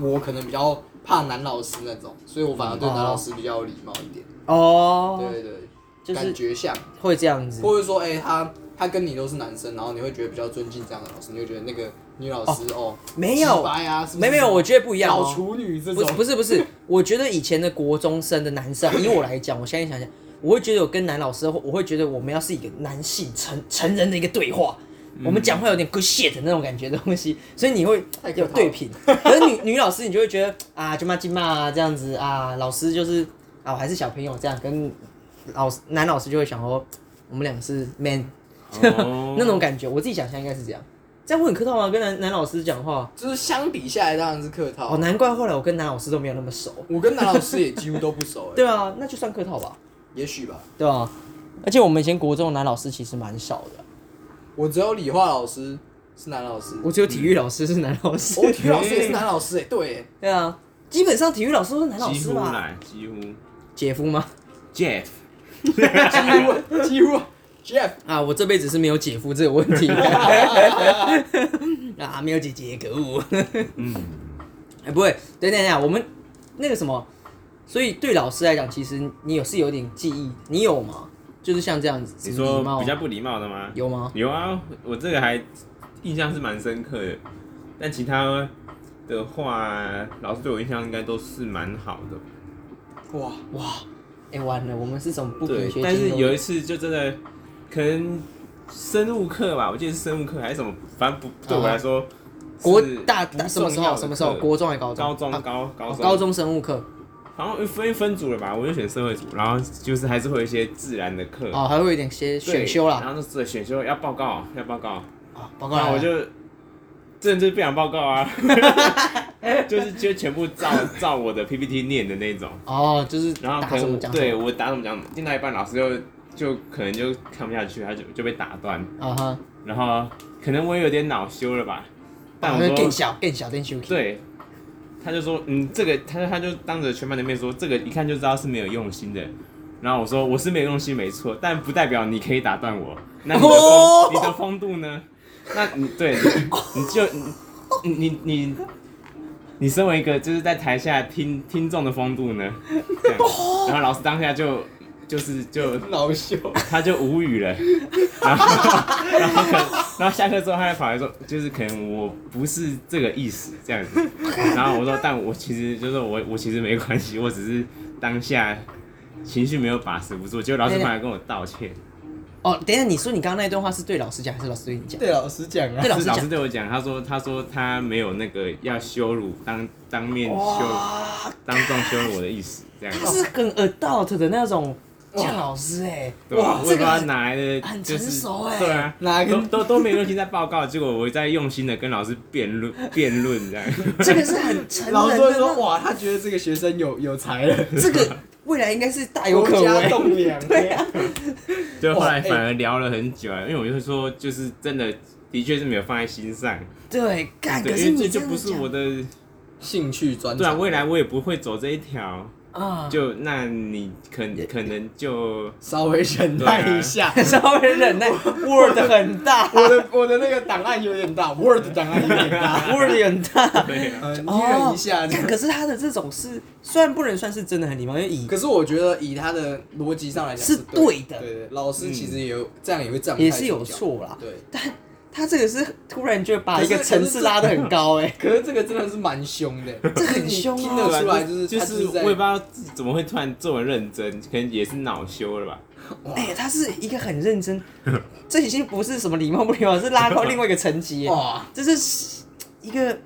我可能比较怕男老师那种，所以我反而对男老师比较有礼貌一点。哦，对对对，就是感觉像，会这样子。或者说，哎，他他跟你都是男生，然后你会觉得比较尊敬这样的老师，你会觉得那个女老师哦，没有直白啊，是不没是没有，我觉得不一样、老哦。处女这不种是，不是不是，我觉得以前的国中生的男 (laughs) 生啊，以我来讲，我现在想想，我会觉得有跟男老师，我会觉得我们要是一个男性成成人的一个对话，嗯我们讲话有点 good shit 的那种感觉的东西，所以你会太客套有了对品。可是女 (laughs) 女老师，你就会觉得啊，舅妈舅妈啊这样子啊，老师就是啊，我还是小朋友这样，跟老师男老师就会想说，我们两个是 man 哦那种感觉，我自己想象应该是这样。这样会很客套吗？跟男男老师讲话？就是相比下来当然是客套。哦，难怪后来我跟男老师都没有那么熟。我跟男老师也几乎都不熟、(laughs) 欸，对啊，那就算客套吧，也许吧。对啊。而且我们以前国中的男老师其实蛮少的，我只有理化老师是男老师， (laughs) 我只有体育老师是男老师。我体育老师也是男老师、欸，哎，对、欸，对啊，基本上体育老师都是男老几师乎吧？啦，几乎姐夫吗？ Jeff 几乎 (laughs) 几乎 Jeff 啊，我这辈子是没有姐夫这个问 (laughs) 题。啊，没有姐姐，可恶。嗯哎、不会，等等一下，我们那个什么，所以对老师来讲，其实你有是有点记忆，你有吗？就是像这样子，你礼说貌比较不礼貌的吗？有吗？有啊，我这个还印象是蛮深刻的，但其他的话，老师对我印象应该都是蛮好的。哇，哎、完了，我们是从不科对学，但精是英有一次就真的可能生物课吧，我记得是生物课还是什么，反正不对我来说啊国是大不大什重么时要候？的什么时候？课国中还是高中？高中啊高高哦中高中生物课好像分分组了吧，我就选社会组，然后就是还是会有一些自然的课，哦，还会有一点些对选修啦，然后那是选修要报告，要报告，啊，报告那来我了就真的就是不想报告 (laughs) 啊，就是就全部照照我的 PPT 念的那种，哦，就是然后打可什能么我讲什对么，我打什么讲什么，念到一半老师又就可能就看不下去，他就就被打断，啊哈，然后可能我也有点恼羞了吧，但啊我就说更小更小更羞气，对，他就说，嗯，这个，他就他就当着全班的面说，这个一看就知道是没有用心的。然后我说我是没有用心没错，但不代表你可以打断我。那你的风、哦你的风度呢？那你对你你就你你你你身为一个就是在台下听听众的风度呢？这样然后老师当下就就是就恼羞，他就无语了，然后然后可能然后下课之后他就跑来说，就是可能我不是这个意思这样子，然后我说，但我其实就是我我其实没关系，我只是当下情绪没有把持不住，结果老师对对跑来跟我道歉，哦，等一下，你说你刚刚那一段话是对老师讲还是老师对你讲？对老师讲啊对，老是师老讲师对我讲，他说他说他没有那个要羞辱当当面羞哇，当众羞辱我的意思这样他子，是很 adult 的那种呛老师哎、对吧？我这也不知道个哪来的，很就是成熟欸对啊。哪 (laughs) 都个都都没有用心在报告，结果我在用心的跟老师辩论辩论这样。这个哎是很成人 (laughs) 老师的会那说哇，他觉得这个学生有有才了， (laughs) 这个未来应该是大有可国家为。栋梁。 (laughs) 对啊，就后来哇哎反而聊了很久啊，因为我就说，就是真的，的确是没有放在心上。对，啊干，可对，是因为你这这就样不是讲我的，兴趣专对啊，长，未来我也不会走这一条。啊，就那你可可能就稍微忍耐一下。稍微忍耐，word 很 (laughs) 大我的我的那个档案有点 (laughs) 大，Word 档案有点大， ，word 很 (laughs) 大。对啊， (laughs) 呃，你忍一下。这看样可是他哦的这种是，虽然不能算是真的很礼貌，因为以可是我觉得以他的逻辑上来讲是对对的对对，老师其实也有这样也会这样，也是有。错啦。对，他这个是 (laughs) 突然就把可一是个层次拉得很高 (laughs) 哎、可是这个真的是蛮凶的， (laughs) 这很凶听啊得出来就就是就他是在我也不知道怎么会突然这么认真，可能也是恼羞了吧。哎、他是一个很认真，这已经不是什么礼貌不礼貌，是拉高另外一个层级 (laughs) 耶、哇。这是一个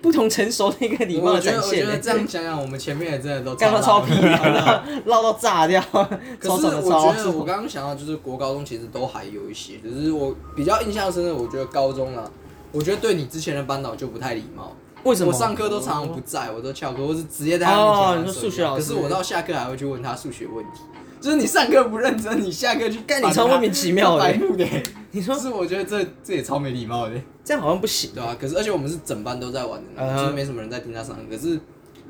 不同成熟的一个礼貌的我觉得展我现觉耶、得这样想想，我们前面也真的都 (laughs) 干到超超皮，唠到炸掉，可超是吵的我超觉。得我刚刚想到，就是国高中其实都还有一些，只是我比较印象深的，我觉得高中啊，我觉得对你之前的班导就不太礼貌。为什么我上课都常常不在，我都翘课，或是直接在他面哦前玩你说手数机学老可师是我到下课还会去问他数学问题，就是你上课不认真，你下课去干你烦超他莫名其妙的白目的。你说就是我觉得这这也超没礼貌的，这样好像不 (laughs) 行对吧、可是而且我们是整班都在玩的呢，嗯哼就是没什么人在听他上课。可是，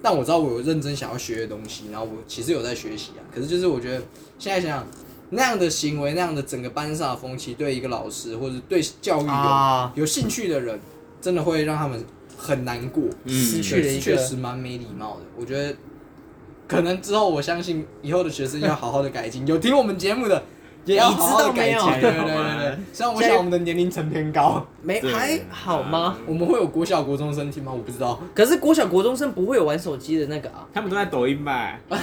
但我知道我有认真想要学的东西，然后我其实有在学习啊。可是就是我觉得现在想想那样的行为，那样的整个班上的风气，对一个老师或者对教育有、啊，有兴趣的人，真的会让他们很难过。失去了嗯对一确个实蛮没礼貌的。我觉得可能之后，我相信以后的学生要好好的改进，有听我们节目的也要好好的改进。你知道没有对对对对对，虽然我想我们的年龄层偏高，没对还好吗？？我们会有国小国中生听吗？我不知道。可是国小国中生不会有玩手机的那个啊，他们都在抖音吧？哦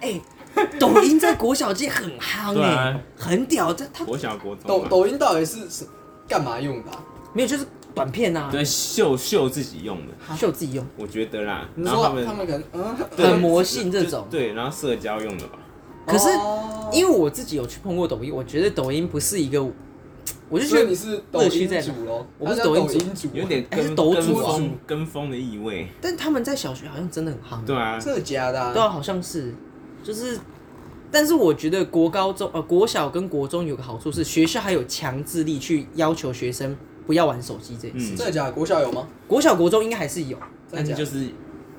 哎哎，抖音在国小界很夯对哎啊，很屌，这他我小国中啊抖吧抖音到底是是干嘛用的啊、没有就是短片啊，对秀秀自己用的，秀自己用，我觉得啦。你然后说他们他们可能嗯，对很魔性就这种。对，然后社交用的吧。可是哦因为我自己有去碰过抖音，我觉得抖音不是一个，我就所觉以得你是抖乐趣音在哪主喽，我不是他叫抖抖音族主，有点还是跟抖跟主啊风跟风的意味。但他们在小学好像真的很夯。对啊，真的假的、啊？对啊，好像是，就是，但是我觉得国高中呃国小跟国中有个好处是，学校还有强制力去要求学生不要玩手机这件事。嗯真，的假的？国小有吗？国小国中应该还是有，真但的是假的？就是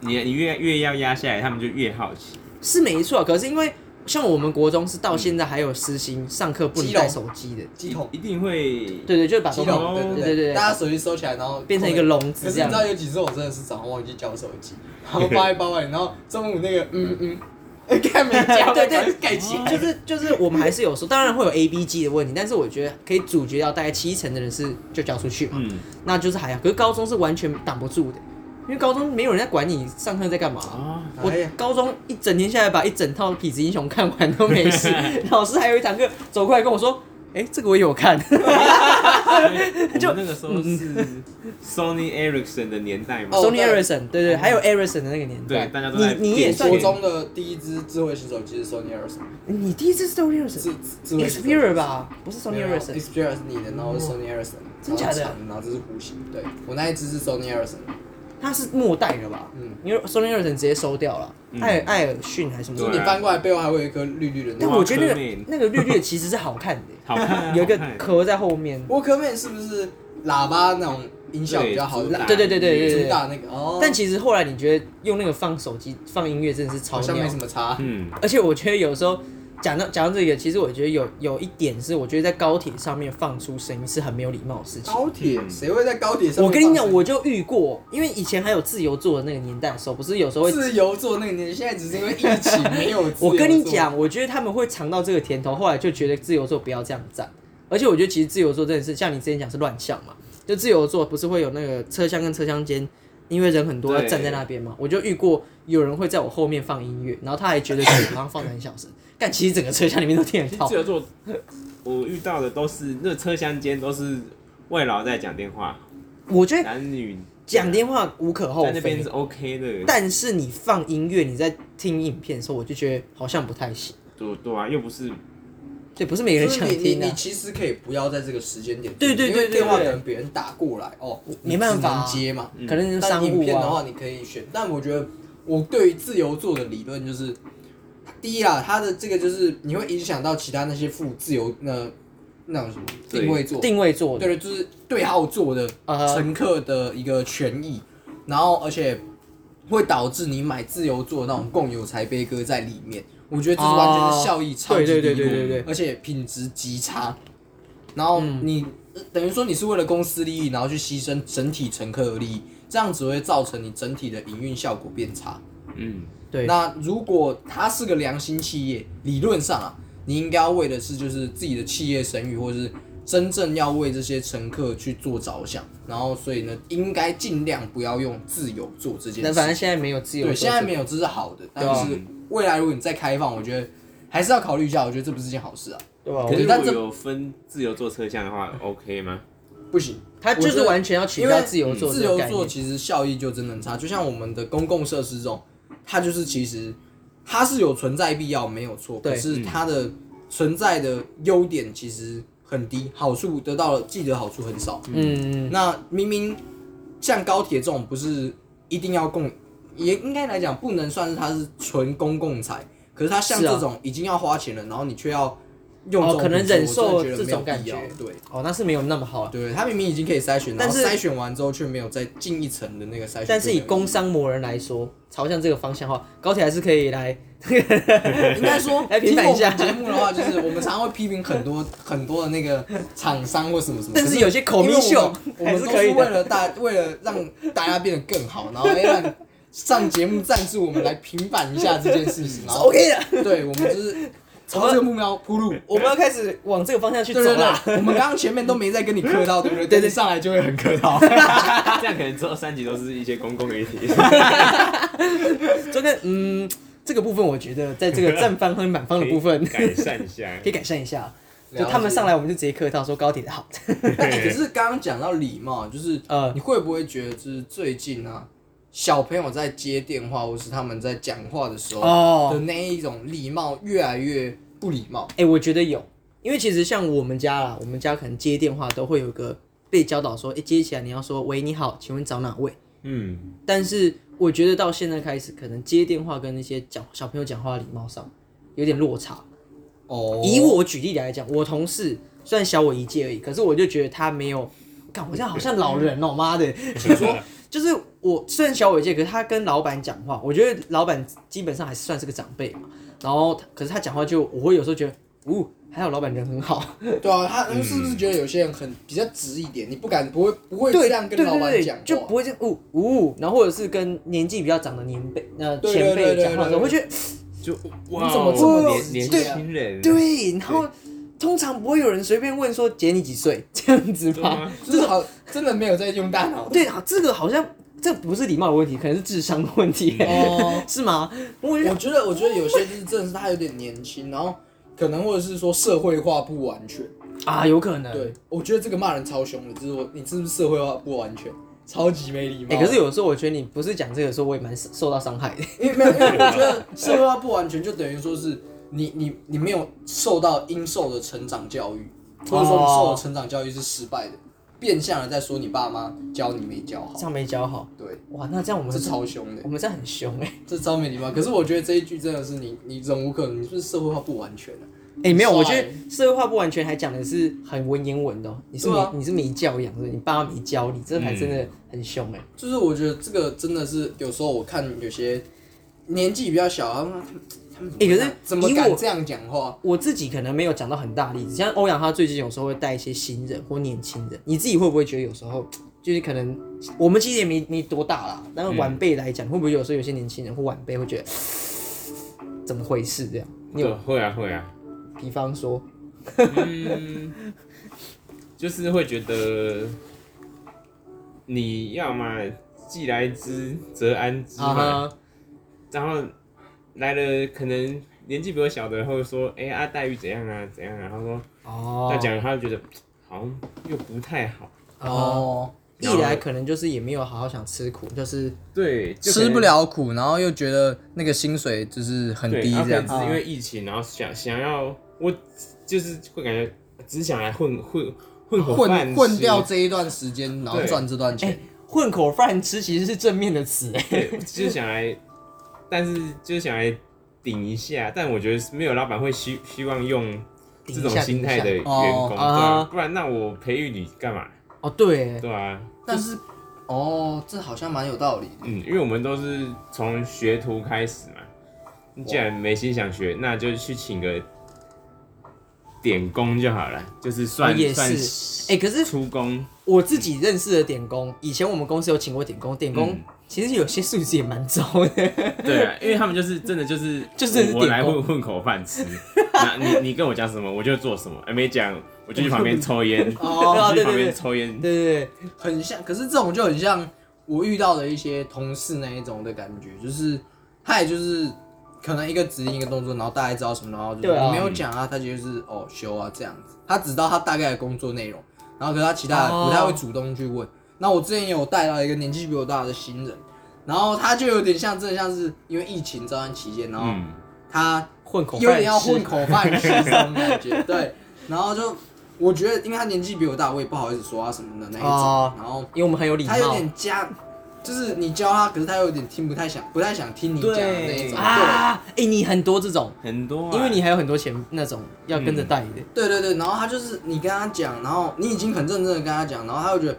你你越越要压下来，他们就越好奇。是没错啊。可是因为像我们国中是到现在还有实行上课不能带手机的，鸡桶。一哦定会对对，就是把鸡手笼，机对对对对对大家手机收起来，然后变成一个笼可子这是你样知。道有几次我真的是早上忘记交手机，然后放在包包里，然后中午那个嗯嗯， (laughs) 哎看没交，对对赶快盖起来。 (laughs) 就是就是我们还是有时候当然会有 A B G 的问题，但是我觉得可以阻绝掉大概七成的人是就交出去嘛，嗯那就是还好。可是高中是完全挡不住的，因为高中没有人在管你上课在干嘛啊、啊，我哎呀高中一 (laughs) 整天下来，把一整套《痞子英雄》看完都没事。老师还有一堂课走过来跟我说：“哎、这个我有看， (laughs) 就那个时候是 Sony Ericsson 的年代嘛哦， Sony 对 Ericsson，对对，还有 Ericsson 的那个年代，对大家都在你你也变算国现中的第一支智慧型手机是 Sony Ericsson，你第一次是 Sony 智 Ericsson。智慧型手机 Xperia 吧，不是 Sony 没有没有 Ericsson，嗯 Xperia 是你的，然后是 Sony Ericsson，真假的然后长然后这是弧形，对我那一只是 Sony Ericsson，它是末代的吧？嗯因为 Sony Ericsson 直接收掉了，艾尔艾尔逊还是什么嗯对啊？你翻过来背后还会有一颗绿绿的那但个。我觉得那哇可个怜那个绿绿的其实是好看的， (laughs) 好看啊，有一个好看壳在后面。沃克曼是不是喇叭那种音效比较好？对主打对对对对对对主打那个哦，但其实后来你觉得用那个放手机放音乐真的是超好像妙没，什么差。嗯，而且我觉得有时候讲到讲到这个，其实我觉得有有一点是，我觉得在高铁上面放出声音是很没有礼貌的事情。高铁嗯谁会在高铁上面我放跟声音？你讲，我就遇过，因为以前还有自由座的那个年代的时候，不是有时候 (laughs) 会自由做那个年纪，现在只是因为疫情没有自由坐。我跟你讲，我觉得他们会尝到这个甜头，后来就觉得自由座不要这样站。而且我觉得其实自由座真的是像你之前讲是乱象嘛，就自由座不是会有那个车厢跟车厢间，因为人很多要对站在那边嘛，我就遇过有人会在我后面放音乐，然后他还觉得自己好像放的很小声，但其实整个车厢里面都听得其实 (laughs) 到自。由座我遇到的都是那车厢间都是外劳在讲电话，我觉得男女讲电话无可厚在那边非是，OK 的，但是你放音乐，你在听影片的时候，我就觉得好像不太行。对对啊，又不是对，不是每个就人想是你你听的、啊你其实可以不要在这个时间点，对对对因为电话可对对能别人打过来哦，没办法啊你只能接嘛。可能是但商影务片的啊。话，你可以选。但我觉得我对于自由做的理论就是，第一啊，它的这个就是你会影响到其他那些副自由那那种什么对定位做，定位座的，对就是对号坐的呃乘客的一个权益，然后而且会导致你买自由座那种共有财悲歌在里面，我觉得这是完全哦是效益超级对低对落，对对对对。嗯而且品质极差。然后你、呃等于说你是为了公司利益，然后去牺牲整体乘客的利益，这样只会造成你整体的营运效果变差。嗯，对那如果它是个良心企业，理论上啊，你应该要为的是就是自己的企业声誉，或是真正要为这些乘客去做着想。然后所以呢，应该尽量不要用自由做这件那事。反正现在没有自由对，座，现在没有，这是好的，但对啊是未来如果你再开放，我觉得还是要考虑一下。我觉得这不是件好事啊，对吧？可可是是如但果这有分自由坐车厢的话，OK (laughs) 吗？不行。他就我觉是得完全要取因为代自由座自这个由概座念。其实效益就真的很差，就像我们的公共设施这种，它就是其实它是有存在必要没有错，对可是它的存在的优点其实很低，好处得到了记得好处很少。嗯，那明明像高铁这种不是一定要共，也应该来讲不能算是它是纯公共财，可是它像是啊这种已经要花钱了，然后你却要用这哦种可能品质忍受我真的觉得这没有种感必要觉对。哦，那是没有那么好了。对，他明明已经可以筛选，然但后是筛选完之后却没有再进一层的那个筛选。但是以 (laughs) 工商魔人来说，朝向这个方向的话，高铁还是可以 (laughs) 来。应该说来平听反一下我们节目的 (laughs) 话，就是我们常常会批评很多很多的那个厂商或什么什么，但可是有些口因为蜜我 (laughs) 秀们我还们是都可是以为的。了大为了让大家变得更好，然后让上节目赞助我们来平反一下这件事情。然 (laughs) 后 OK 的，对我们就是朝这个目标铺 (laughs) 路。哦我们要开始往这个方向去对走啊对了。对，我们刚刚前面都没在跟你客套，对不对？对对但是上来就会很客 (laughs) 套。这样可能之后三集都是一些公共议题，这个嗯，这个部分我觉得在 (laughs) 这个正方和反方的部分 (laughs) 改善一下 (laughs) 可。以改善一下。就了解他们上来，我们就直接客套说高铁的好。 (laughs) (laughs) 欸可是刚刚讲到礼貌，就是呃你会不会觉得，就是最近啊，小朋友在接电话或是他们在讲话的时候哦的那一种礼貌越来越不礼貌？哎、我觉得有，因为其实像我们家啦，我们家可能接电话都会有一个被教导说，哎、接起来你要说喂你好，请问找哪位？嗯，但是我觉得到现在开始，可能接电话跟那些讲小朋友讲话的礼貌上有点落差。哦以我举例来讲，我同事虽然小我一届而已，可是我就觉得他没有，看我这样好像老人哦、妈的，你说就是我虽然小我一届，可是他跟老板讲话，我觉得老板基本上还是算是个长辈嘛。然后他，可是他讲话就我会有时候觉得，呜、还好老板人很好。对啊，他们是不是觉得有些人很比较直一点，你不敢不会不会这样跟嗯对老板对对讲话？就不会这样呜呜，然后或者是跟年纪比较长的年辈呃对前对对辈对讲话的时对对候，会觉得就哇，哦你怎么这么啊年年对轻人？对，然后通常不会有人随便问说姐你几岁 (laughs) 这样子对啊吧？吗？就是好，真的没有在用大脑。对啊，这个好像这不是礼貌的问题，可能是智商的问题，哦， (laughs) 是吗？我就我觉得我觉得有些就是真的是他有点年轻，然后可能或者是说社会化不完全。啊，有可能。对，我觉得这个骂人超凶的，就是我你是不是社会化不完全，超级没礼貌。哎、可是有时候我觉得你不是讲这个时候，我也蛮受受到伤害的。因为没有，因为我觉得社会化不完全，就等于说是你你你没有受到应受的成长教育，或者说你受的成长教育是失败的，变相的在说你爸妈教你没教好这。样没教好，对，哇，那这样我们这是超凶的我，们这样很凶哎、这超没礼貌。可是我觉得这一句真的是你你忍无可忍，你是不是社会化不完全啊？哎、没有，帅我觉得社会化不完全还讲的是很文言文的哦、你是没、对啊你是没教养的，你爸妈没教你，这还真的很凶哎、就是我觉得这个真的是有时候我看有些年纪比较小，他们他们欸可是嗯怎么以敢我这样讲话？我自己可能没有讲到很大力，像欧阳他最近有时候会带一些新人或年轻人，你自己会不会觉得有时候就是可能我们其实也没没多大啦，但是晚辈来讲，会不会有时候有些年轻人或晚辈会觉得嗯怎么回事这样？你有对，会啊会啊，比方说，就是会觉得你要嘛既来之则安之嘛啊哈，然后来了可能年纪比我小的会说，哎、啊待遇怎样啊怎样啊，然后说哦，他讲他就觉得好像又不太好，哦，哦，一来可能就是也没有好好想吃苦，就是对，就可能吃不了苦，然后又觉得那个薪水就是很对，低他这可能样哦只子。是因为疫情，然后想想要我就是会感觉只想来混混混口饭混吃混掉这一段时间，然后赚这段钱。混口饭吃其实是正面的词哎、对，就是想 (laughs) 来，但是就是想来顶一下，但我觉得是没有老板会希希望用这种心态的员工，哦对啊啊，不然那我培育你干嘛？哦，对欸，对啊，但是，哦，这好像蛮有道理的。嗯，因为我们都是从学徒开始嘛，你既然没心想学，那就去请个点工就好了，就是算、哦也算是哎、可是出工，我自己认识的点工，以前我们公司有请过点工，点工、嗯其实有些素质也蛮糟的。 (laughs) 对啊，因为他们就是真的就是就是点工我来混混口饭吃，那你你跟我讲什么我就做什么，哎没讲我就去旁边抽烟， (laughs) 哦对我就去对旁对边抽烟对，对对，很像，可是这种就很像我遇到的一些同事那一种的感觉，就是他也就是可能一个指令一个动作，然后大概知道什么，然后就是对啊我没有讲啊，他就是哦修啊这样子，他只知道他大概的工作内容，然后可是他其他哦的不太会主动去问。那我之前也有带到一个年纪比我大的新人，然后他就有点像，真的像是因为疫情这段期哦间，然后嗯，他混口饭有点要混吃口饭 (laughs) 吃这种感觉，对。然后就我觉得，因为他年纪比我大，我也不好意思说他什么的那一种。哦然后因为我们很有礼貌他有点加，就是你教他，可是他有点听不太想，不太想听你讲的那一种。啊。哎、你很多这种，很多啊、因为你还有很多前那种要跟着带的。对对对对，然后他就是你跟他讲，然后你已经很认真的跟他讲，然后他又觉得，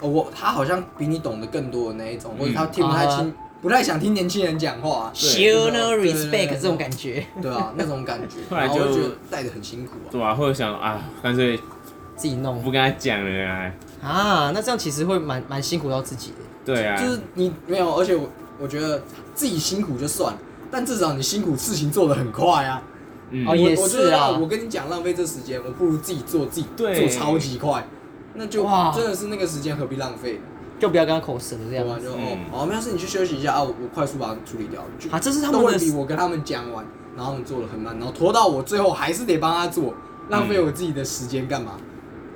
哦，我他好像比你懂得更多的那一种，或者他嗯听不太啊清，不太想听年轻人讲话、 Show no 对对对 respect 对这种感觉，对啊，那种感 (laughs) 觉。后来然后我就觉得带的很辛苦啊。对啊，或者想啊，干脆自己弄不跟他讲了啊，啊，那这样其实会蛮蛮辛苦到自己的。对啊，就是你没有，而且我我觉得自己辛苦就算了，但至少你辛苦事情做的很快啊。嗯哦也我我是觉得啊我跟你讲，浪费这时间，我不如自己做，自己对做超级快，那就哇真的是那个时间何必浪费？就不要跟他口舌这对吧？样子就哦嗯，哦，没事，你去休息一下啊，我我快速把它处理掉。就啊，这是他都们会比的我跟他们讲完，然后他们做的很慢，然后拖到我最后还是得帮他做，浪费我自己的时间干嘛？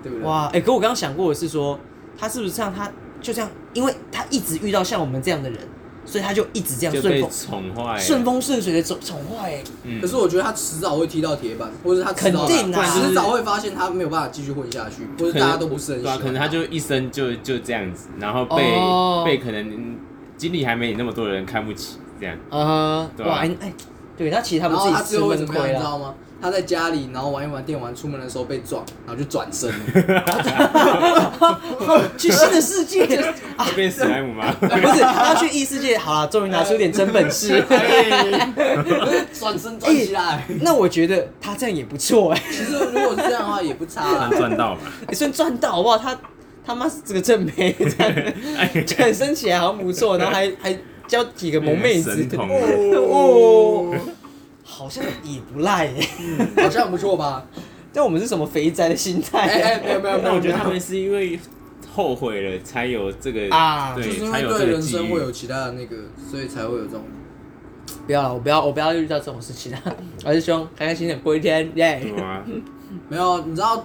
对不对？嗯哇。哎、可我刚刚想过的是说，他是不是这样？他就这样，因为他一直遇到像我们这样的人，所以他就一直这样就顺被风宠坏了，顺风顺水的走宠坏欸。嗯可是我觉得他迟早会踢到铁板，或者他迟早肯定啊迟早会发现他没有办法继续混下去，或者大家都不是很喜对啊，欢。可能他就一生就就这样子，然后被、哦被可能经历还没你那么多的人看不起，这样，呃，对啊哇，哎、哎对，那其实他嗯然们后他自己最吃后会怎闷么样，亏你啊知了。道吗？他在家里，然后玩一玩电玩，出门的时候被撞，然后就转身了。 (laughs) (laughs) 去新的世界啊，会变史莱姆 (laughs) 吗？不是他去异世界，好了，终于拿出点真本 (laughs) 事。哎哎转身转起来。那我觉得他这样也不错哎、其实如果是这样的话，也不差啊啦算。赚到吧？算赚到好不好？他他妈是个正妹，这哎 (laughs) 样转身起来好像不错，然后还还交几个萌妹子神，童哦，好像也不赖哎、好像不错吧？但我们是什么肥宅的心态、哎哎，没有没有没有，但我觉得他们是因为后悔了才有这个啊就对，是因才为有这对个人机生遇会。有其他的那个，所以才会有这种。不要了，我不要，我不要遇啊嗯到这种事情了。我还是希望开开心心地过一天，耶、对啊，没有，你知道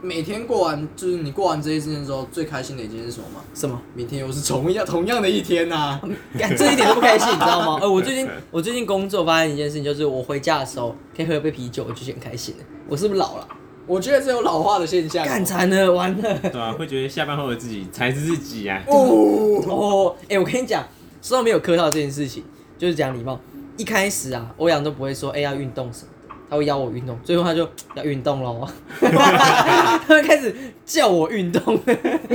每天过完，就是你过完这一天之后，最开心的一件事是什么吗？什么？明天又是同样同样的一天呐、干这一点都不开 (laughs) 心，你知道吗？呃，我最近我最近工作发现一件事情，就是我回家的时候可以喝一杯啤酒，我就觉得很开心了。我是不是老了？我觉得这有老化的现象。哦干惨了，完了。对啊，会觉得下班后的自己才是自己啊。 (laughs) 哦，哦，哎、我跟你讲，说到没有客套这件事情，就是讲礼貌。一开始啊，欧阳都不会说哎、要运动什么的，他会邀我运动，最后他就要运动 (laughs) 喽，他会开始叫我运动，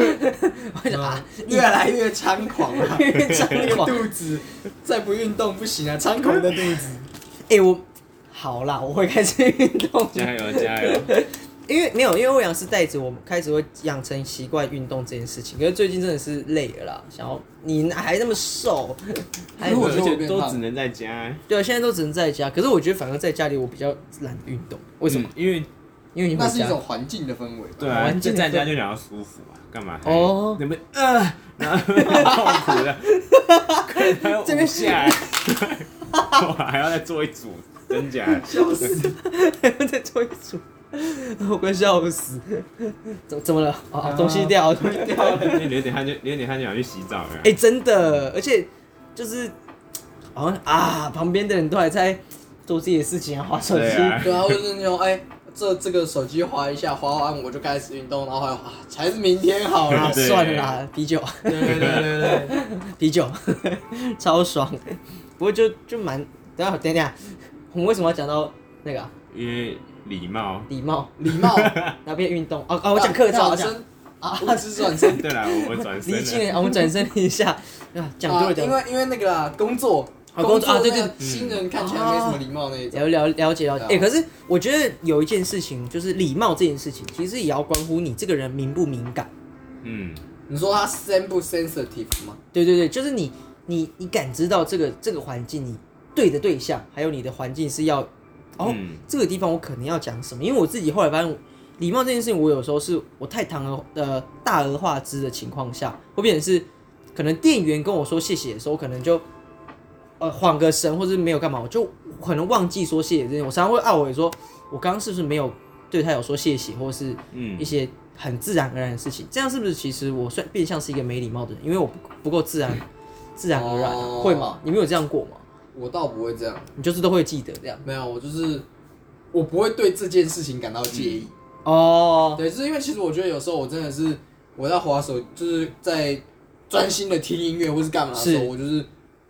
我想啊， (laughs) 越来越猖狂了、啊，越张那个狂。肚子再不运动不行啊，猖狂的肚子。哎、我好啦，我会开始运动，加油加油！因为没有，因为欧阳是带着我们开始会养成习惯运动这件事情，可是最近真的是累了啦，想要你还那么瘦，还可哎是我觉而得我且变都胖只能在家，对啊，现在都只能在家，可是我觉得反而在家里我比较懒得运动，为什么？嗯？因为因为你 (laughs) 那回是一家。 (laughs) 种环境的氛围吧。对啊，环在境在家就想要舒服嘛，干嘛还？哦你们呃，然后 (laughs) 痛苦的， (laughs) 快点还要这边捂下来， (laughs) 我还要再做一组，真假的？笑死！再做一组，我快笑死！怎怎么了？啊，东西掉了，东西 (laughs) 掉了。 (laughs) 因为流点汗就流点汗就想去洗澡了哎、。真的，而且就是好像啊，旁边的人都还在做自己的事情啊，划手对机。啊，对啊，或者是那种哎，这这个手机滑一下，滑完我就开始运动，然后还有啊，才是明天好啦 (laughs) 啊，。对算了啦，啤酒， (laughs) 对对对对对，啤酒， (laughs) 超爽。不过就就蛮……等一下，等一下，我们为什么要讲到那个啊因为礼貌。礼、貌，礼貌。然后变运动？哦哦，我讲客套，我讲转身啊，我只是 (laughs) 转身。对啦，我我转 (laughs) 身离近了。了，啊我们转身一下， (laughs) 啊，讲啊对的。因为因为那个啊工作，哦啊工作啊对那个嗯对新人看起来没什么礼貌那一种。了了了解了解，哎、对啊可是我觉得有一件事情，就是礼貌这件事情，其实也要关乎你这个人敏不敏感。嗯，你说他 sen 不 sensitive 吗？对对对，就是你你你感知到这个这个环境，你对的对象，还有你的环境是要，哦，嗯这个地方我可能要讲什么，因为我自己后来发现，礼貌这件事情，我有时候是我太堂而呃大而化之的情况下，会变成是可能店员跟我说谢谢的时候，我可能就呃晃个神，或者没有干嘛，我就可能忘记说谢谢这件事。我常常会懊悔说，呃我刚刚是不是没有对他有说谢谢，或是嗯一些很自然而然的事情，这样是不是其实我算变相是一个没礼貌的人，因为我不不够自然自然而然、哦会吗？你们有这样过吗？我倒不会这样，你就是都会记得这样没有，我就是我不会对这件事情感到介意。哦，对，就是因为其实我觉得有时候我真的是我在滑手，就是在专心的听音乐或是干嘛的时候，是我就是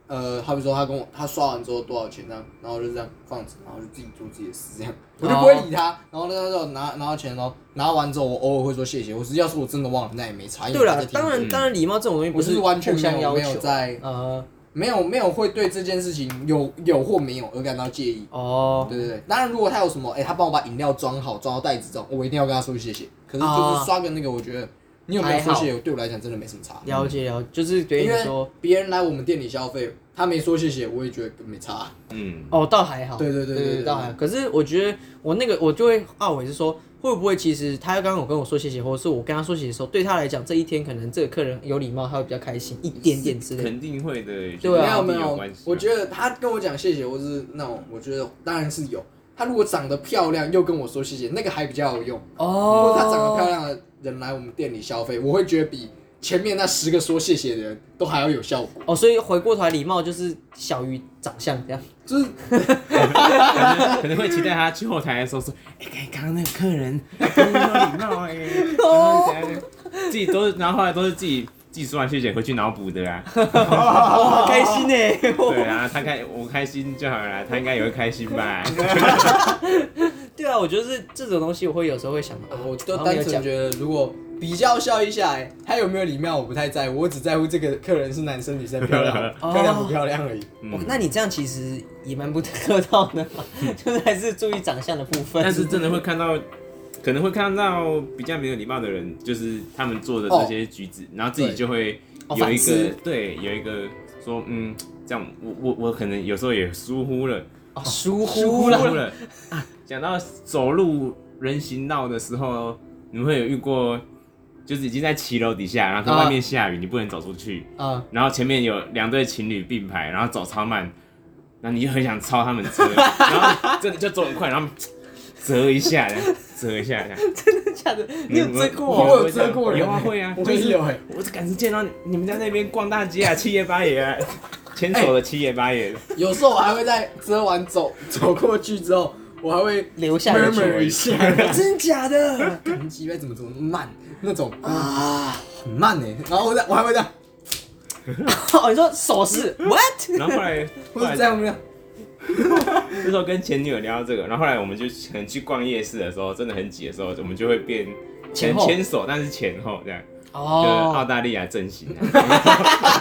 呃，好比说他跟我他刷完之后多少钱这样，然后我就这样放着，然后就自己做自己的事哦这样，我就不会理他。然后那时候拿拿到钱，然后拿完之后，我偶尔会说谢谢。我是要是我真的忘了，那也没差。因为对他了在，听当然嗯当然，礼貌这种东西不我是完全互没相有要没有求，啊在呃，没有没有会对这件事情有有或没有而感到介意。哦，对对对，当然如果他有什么，哎、他帮我把饮料装好，装到袋子这种，我一定要跟他说谢谢。可是就啊是刷个那个，我觉得你有没有还说好谢谢，对我来讲真的没什么差。了解了解，就是对因你为说，别人来我们店里消费，他没说谢谢，我也觉得没差。嗯，哦，倒还好，对对对对对对倒还好。可是我觉得我那个我就会懊悔，是说会不会其实他刚刚有跟我说谢谢，或者是我跟他说谢谢的时候，对他来讲这一天可能这个客人有礼貌，他会比较开心一点点之类 (laughs) 的。肯定会的。对啊跟没你有没关有系啊，我觉得他跟我讲谢谢，或是那种，我觉得当然是有。他如果长得漂亮又跟我说谢谢，那个还比较有用。如哦果他长得漂亮的人来我们店里消费，我会觉得比前面那十个说谢谢的人都还要有效果。哦，所以回过头来，礼貌就是小于长相这样。就是可能可能会期待他去后台的时候说：“哎、刚刚那个客人很有礼貌 (laughs) 哎、然哦后怎样怎样自己都是，然后后来都是自己自己说完谢谢回去脑补的 (laughs) 啦。哦哇， (laughs) 开心欸呢！对啊，他开我开心就好了啦，他应该也会开心吧？对啊，我觉得是这种东西，我会有时候会想到，啊呃我就好像没单有纯讲觉得，如果比较效益下来，他有没有礼貌我不太在乎，我只在乎这个客人是男生女生漂亮 (laughs) 哦漂亮不漂亮而已。 (laughs) 嗯哦那你这样其实也蛮不客套的 (laughs) 嘛，就是还是注意长相的部分。哦但是真的会看到，可能会看到比较没有礼貌的人，就是他们做的这些举止，然后自己对就会哦有一反个思对有一个说嗯，这样我我我可能有时候也疏忽了，哦疏疏忽忽了，了。啊讲到走路人行道的时候，你们会有遇过，就是已经在骑楼底下，然后啊外面下雨，你不能走出去， (laughs) 啊，然后前面有两对情侣并排，然后走超慢， (laughs) 然后你就很想超他们车，然后真的就走很快，然后折一下，遮一下这样。假的，你有遮过我哦？有遮过人有啊会啊，我就也是有哎、我只敢是见到哦你们在那边逛大街啊，七爷八爷啊，牵手哎的七爷八爷的，有时候我还会在遮完走走过去之后，我还会留下一 murmur 句，一下， (laughs) 真假的感觉怎么怎么慢那种啊？很慢哎、然后我在我还会这样，哦，你说手势？What？嗯然后后来我后是来这样这样，那时候跟前女友聊到这个，然后后来我们就可能去逛夜市的时候，真的很挤的时候，我们就会变前前后牵手，但是前后这样，就是澳哦，大利亚阵型啊， (laughs)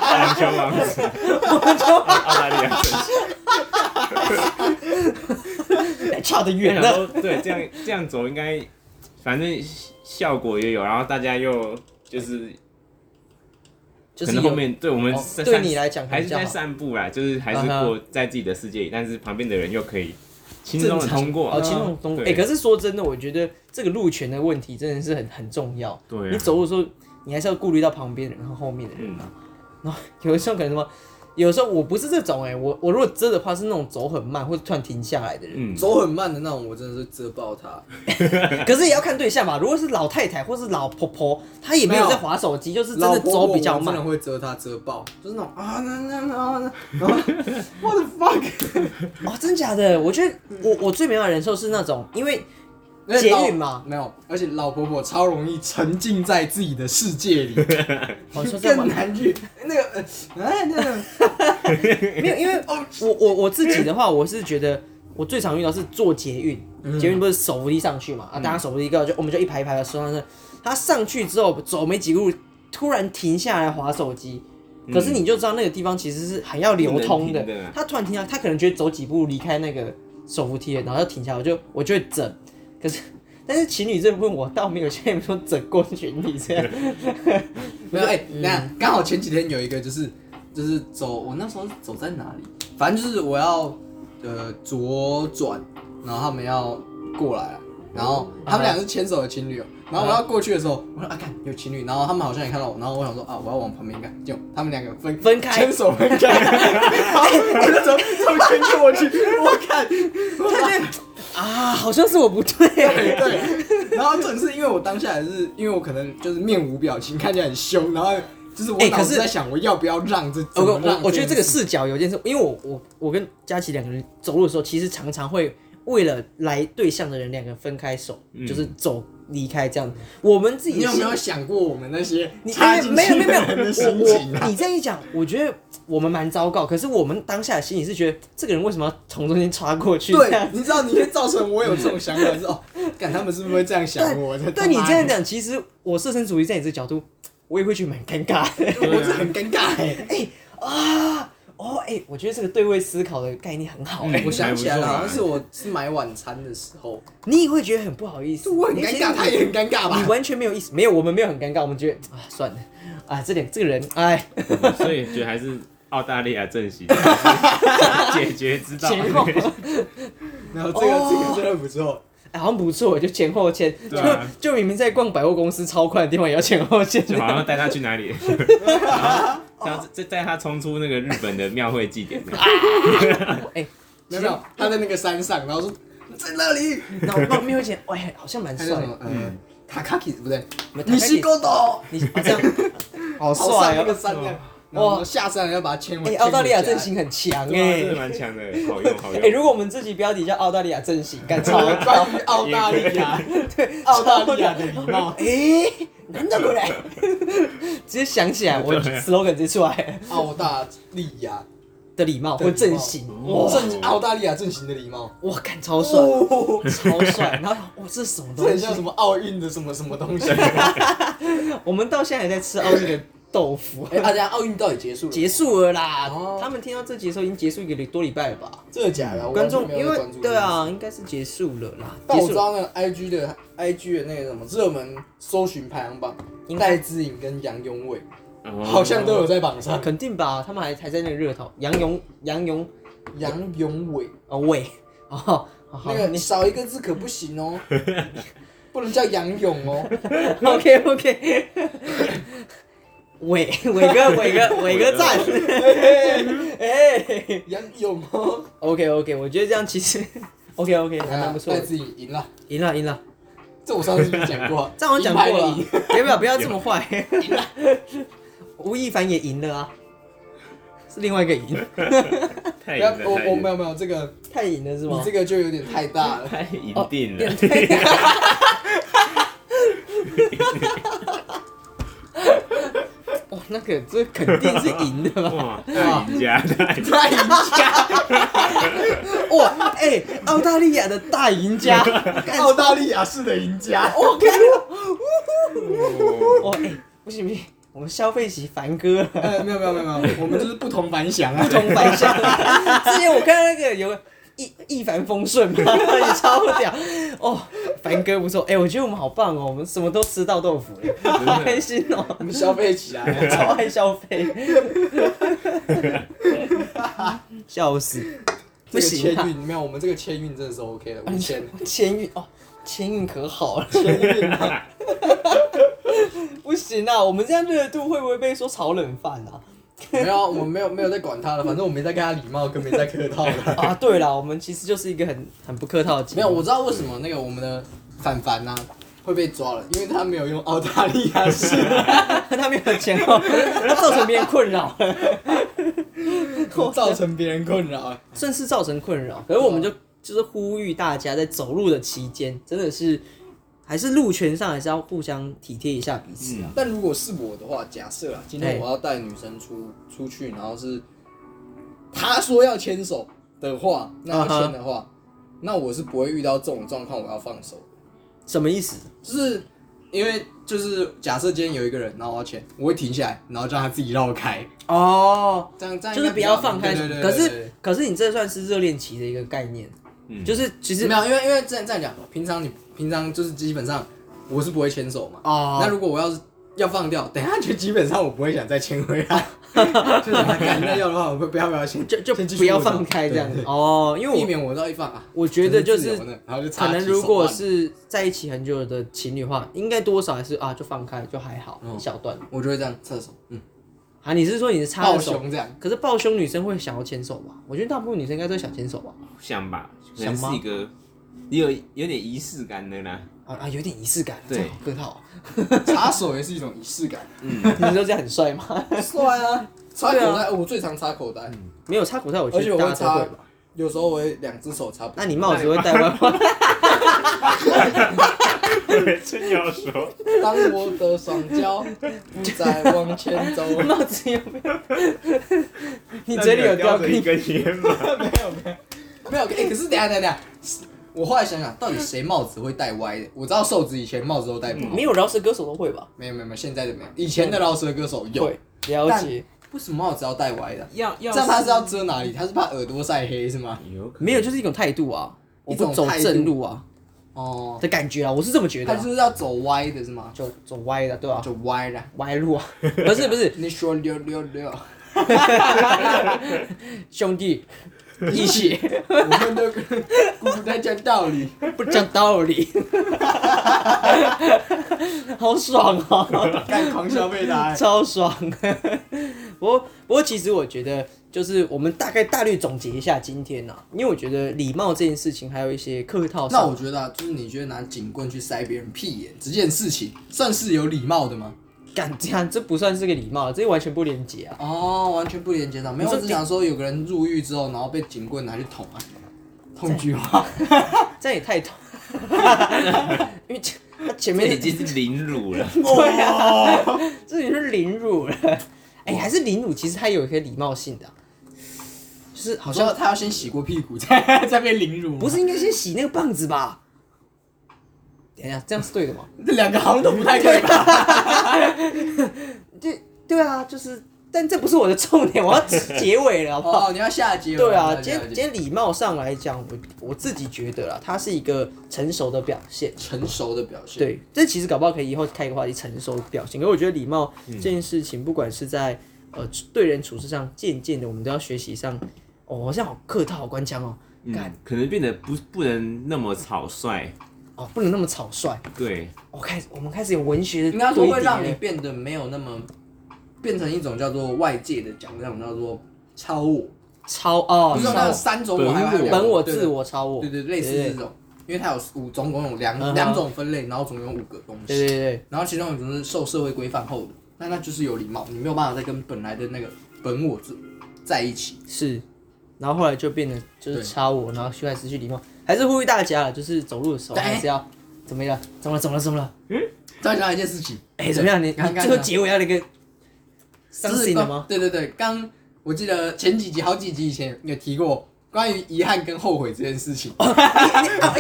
篮球王子，澳大利亚阵型。 (laughs) 哎差得我远啊哎想了。说，对，这样这样走应该，反正效果也有，然后大家又就是就是可能有后面对我们哦散对你来讲还还是比较在好。散步啦，就是还是嗯哼过在自己的世界里，但是旁边的人又可以轻松的正常通过哦，。轻重中，哎、对可是说真的，我觉得这个路权的问题真的是很很重要。对啊你走路的时候，你还是要顾虑到旁边的人和后面的人。啊嗯，有的时候可能什么，有的时候我不是这种哎、我我如果遮的话是那种走很慢或者突然停下来的人，嗯，走很慢的那种，我真的是遮爆他。嗯可是也要看对象嘛。如果是老太太或是老婆婆，她也没有没有在划手机，就是真老的婆婆走比较我真慢的。会遮他遮爆，就是那种啊那那那那，然后 what the fuck，哦，真假的？我觉得我我最没办法忍受是那种，因为而且老捷运嘛没有，而且老婆婆超容易沉浸在自己的世界里，我哦说这 (laughs) 更么难去那个呃哎那个 (laughs) 没有，(laughs) 因为哦我我我自己的话，我是觉得我最常遇到是坐捷嗯运，捷运不是手扶梯上去嘛？啊，大家手扶梯高，就我们就一排一排的升上去。他上去之后走没几步，突然停下来划手机。可是你就知道那个地方其实是很要流通的嗯不能停的，他突然停下来，他可能觉得走几步离开那个手扶梯了，然后要停下来，我就我就会整。可是但是情侣这部分我倒没有像你们说整过群体这样， (laughs) 没有哎，嗯那、刚好前几天有一个就是就是走，我那时候是走在哪里？反正就是我要呃左转，然后他们要过来了，然后啊他们俩是牵手的情侣、哦。然后我要过去的时候，我说啊，看有情侣，然后他们好像也看到我，然后我想说啊，我要往旁边看，就他们两个分分开牵手 (laughs) 分开，然后我就走从牵过去，我看，我看。啊，好像是我不 (laughs) 对。 (laughs) 对，然后重点是因为我当下也是，因为我可能就是面无表情，看起来很凶，然后就是我哎脑可子是在想我要不要让这，怎我么我让我觉得这个件事视角有件事，因为我我我跟佳琪两个人走路的时候，其实常常会为了来对象的人两个分开手，嗯就是走离开这样。我们自己你有没心有想过我们那些你哎插进没有去没有的没有，人的心情我 (laughs) 啊？我你这样一讲，我觉得我们蛮糟糕。可是我们当下的心里是觉得，这个人为什么要从中间插过去？这对 (laughs) 样，你知道你会造成我有这种想法是哦，看他们是不是会这样想我？这但他你妈这样的，讲，其实我设身处地在你这角度，我也会觉得蛮尴尬的。 (laughs) 我是很尴尬哎。啊，哦，哎、我觉得这个对位思考的概念很好、哎、嗯我想起来了，还好不错啊像是我是买晚餐的时候，你也会觉得很不好意思，是我很哎尴其实尬，你哦他也很尴尬你吧？完全没有意思，没有，我们没有很尴尬，我们觉得啊，算了，啊，这点这个人，哎， (laughs) 所以觉得还是澳大利亚阵 (laughs) 型就是解决之道。前后然后这个哦这个真的不错，哎好像不错，就前后签，对啊就就明明在逛百货公司超快的地方也要前后签，就好像带他去 (laughs) 哪里，然后再带他冲出那个日本的庙会 (laughs) 祭典，哎没有没有，他在那个山上，然后说在那里，然后我没有钱，哎，好像蛮还有帅嗯什么的，呃卡卡基不对，我们你是大概狗斗，可以你啊这样，好好帅上那个哦，山这样，哇然后下山了要把它牵回。哎，澳大利亚牵阵回家型很强对啊，真的哎，蛮强的，好用好哎，用。如果我们自己标题叫澳大利亚阵型，干超好，关于澳大利亚，对澳大利亚的礼貌， (laughs) 哎，难道过来，直接想起来，我对啊 slogan 直接出来澳大利亚的礼貌或阵型，哇正澳大利亚阵型的礼貌，哇，干超帅。哦，超帅，然后哇，这是什么这东很西？像什么奥运的什么什么 (laughs) 东西。我们到现在还在吃奥运的豆 (laughs) 腐，哎，大家奥运到底结束了？结束了啦。哦他们听到这集的时候已经结束一个多礼拜了吧？真的假的？我观众完全没因有在为关注对，啊，应该是结束了啦，但结我束知了。道那个 IG 的 IG 的那个什么热门搜寻排行榜应，该戴资颖跟杨永伟哦好像都有在榜上。啊肯定吧，他们还还在那个热讨杨勇杨勇杨永伟哦喂哦好好那 (laughs) 个你少一个字可不行 (laughs) 哦，不能叫杨勇哦。 OK (laughs) OK，伟伟哥 (laughs) 伟哥伟哥 (laughs) 赞，哎、哎杨勇哦，哎 OK OK，我觉得这样其实 OK OK 还蛮不错戴的，自己赢了，赢了赢了，，这我上次是不是讲 (laughs) 过啊这样我讲过一百了零，别不要不要这么坏。吴亦凡也赢了啊，是另外一个赢，太不哎赢了要，太我我赢哦没了有没有这个，太赢了是你吗这？个就有点太大了。太赢定了， (laughs) 哇，那个这肯定是赢的嘛。哇，大赢家，大赢大赢家， (laughs) 哇，哎、澳大利亚的大赢 (laughs) 家，澳大利亚式的赢家，我 (laughs) 看了，哦哇，哎、不行不行，我们消费起凡哥了。呃，没有没有没有 (laughs) 没有，我们就是不同凡响啊不。同凡响。之前我看到那个有个一一帆风顺 (laughs) 嘛，也超屌哦，凡哥不错，哎、我觉得我们好棒哦，我们什么都吃到豆腐，欸好开心哦我，们消费 (laughs) 起来了，超爱消 (laughs) 费，笑死，不这行个啊签，运没有，我们这个签运真的是 OK 的，五千。签运哦，签运可好了，啊 (laughs) 不行啊，我们这样热度会不会被说炒冷饭啊？没有，我们没有没有在管他了，反正我没在跟他礼貌，跟没在客套的。啊，对了，我们其实就是一个很很不客套的节目，没有，我知道为什么那个我们的凡凡呐会被抓了，因为他没有用澳大利亚 (laughs) 式。 (laughs) 他没有钱哦，他造成别人困扰 (laughs) 了，造成别人困扰。甚至造成困扰。可是我们就就是呼吁大家在走路的期间，真的是还是路权上还是要互相体贴一下彼此啊。但如果是我的话，假设啊，今哎天我要带女生出出去，然后是她说要牵手的话，那要牵的话啊那我是不会遇到这种状况，我要放手。什么意思？就是因为就是假设今天有一个人，然后我要牵，我会停下来，然后叫他自己绕开，哦，这样这样就是不要放开。对对对可对是可是你这算是热恋期的一个概念， (laughs) 嗯就是其对实没有，因为因为这样这样讲，平常你平常就是基本上我是不会牵手嘛。那哦，如果我要是要放掉，等一下就基本上我不会想再牵回 (laughs) 来，就是他敢那要的话，我会不要不要先就就先继续不要我走放开这样子对哦，因对避为免我到一放啊，我我觉得就真是自由呢然后就插可起能如果手腕是在一起很久的情侣的话，应该多少还是啊就放开就还好一嗯小段我就会这样侧手，嗯，啊。你是说你是插抱着手胸这样，可是抱胸女生会想要牵手吧？我觉得大部分女生应该都想牵手吧。像吧，可像能吗是一个有有点仪式感的啦，啊啊，有点仪式感，对这好客套啊。插手也是一种仪式感，你说这样很帅吗？帅啊！ (laughs) 插对啊口袋，我最常插口袋， (laughs) 没有插口袋，我觉而且得我大会家都插会吧。，有时候我会两只手插不。那你帽子会戴歪 (laughs) 吗？真要说，当我的双脚不再往 (laughs) 前走，没帽子有没有？你嘴里有叼叼着一根？根烟吗？有没有没有，哎，可是等一下等一下，我后来想想，到底谁帽子会戴歪的？我知道瘦子以前帽子都戴不好没，有饶舌歌手都会吧？没有没有没有，现在就没有。以前的饶舌歌手有，会，了解。为什么帽子要戴歪的？要这要样他是要遮哪里？他是怕耳朵晒黑是吗？有可能没有，就是一种态度啊，我不走一种态度正路啊哦，的感觉啊，我是这么觉得他啊。就是要走歪的是吗？就走歪的，对吧？就歪了。歪路啊， (laughs) 不是不是，你说六六六，兄弟，一起。我们都古代讲道理，不讲道理， (laughs) 好爽 (laughs) 哦，干狂消费他欸。超爽。 (laughs) 不过不过，其实我觉得就是我们大概大略总结一下今天呐、啊，因为我觉得礼貌这件事情还有一些客套上，那我觉得啊，就是你觉得拿警棍去塞别人屁眼这件事情，算是有礼貌的吗？敢这样，这不算是个礼貌，这完全不廉洁啊。哦，完全不连接上，没有，你说我只想说有个人入狱之后，然后被警棍拿去捅 (laughs) 啊，捅菊花。这样也太痛， (laughs) 因为前他前这面已经是哦凌辱了， (laughs) 对啊， (laughs) 这也是凌辱了。哎、还是凌辱，其实它有一些礼貌性的啊、就是好好像 (laughs) 像他要先洗过屁股，再再被凌辱吗。不是应该先洗那个棒子吧？等一下，这样是对的吗？这两个好像都不太对啊吧？对对啊，就是，但这不是我的重点，我要结尾了，好不好？哦，你要下结尾。对啊，了今解天了今解天礼貌上来讲，我我自己觉得啦，它是一个成熟的表现。成熟的表现。，对，这其实搞不好可以以后开一个话题，成熟的表现。可我觉得礼貌这件事情，不管是在呃对人处事上，渐渐的我们都要学习上。哦，好像好客套，好官腔哦，干嗯，可能变得不不能那么草率，哦，不能那么草率。对，我、开始，我们开始有文学的应该堆说叠会让你了变得没有那么，变成一种叫做外界的奖项，叫做超我，超哦，不是超那我三种我，还有本我两种本我、对啊自我、超我，对对，对类似对对这种。因为它有五总共有两嗯哼两种分类，然后总共有五个东对西，对对，然后其中有一种是受社会规范后的，那那就是有礼貌，你没有办法再跟本来的那个本我在在一起。是。然后后来就变得就是对插我，然后修改失去礼貌，还是呼吁大家了，就是走路的时候对哎还是要怎么样？怎么了？怎么了？怎么了？再讲一件事情，哎，怎么样？你刚你刚最后呢结尾要那个伤就是心的关吗？？对对对，刚我记得前几集、好几集以前有提过关于遗憾跟后悔这件事情。啊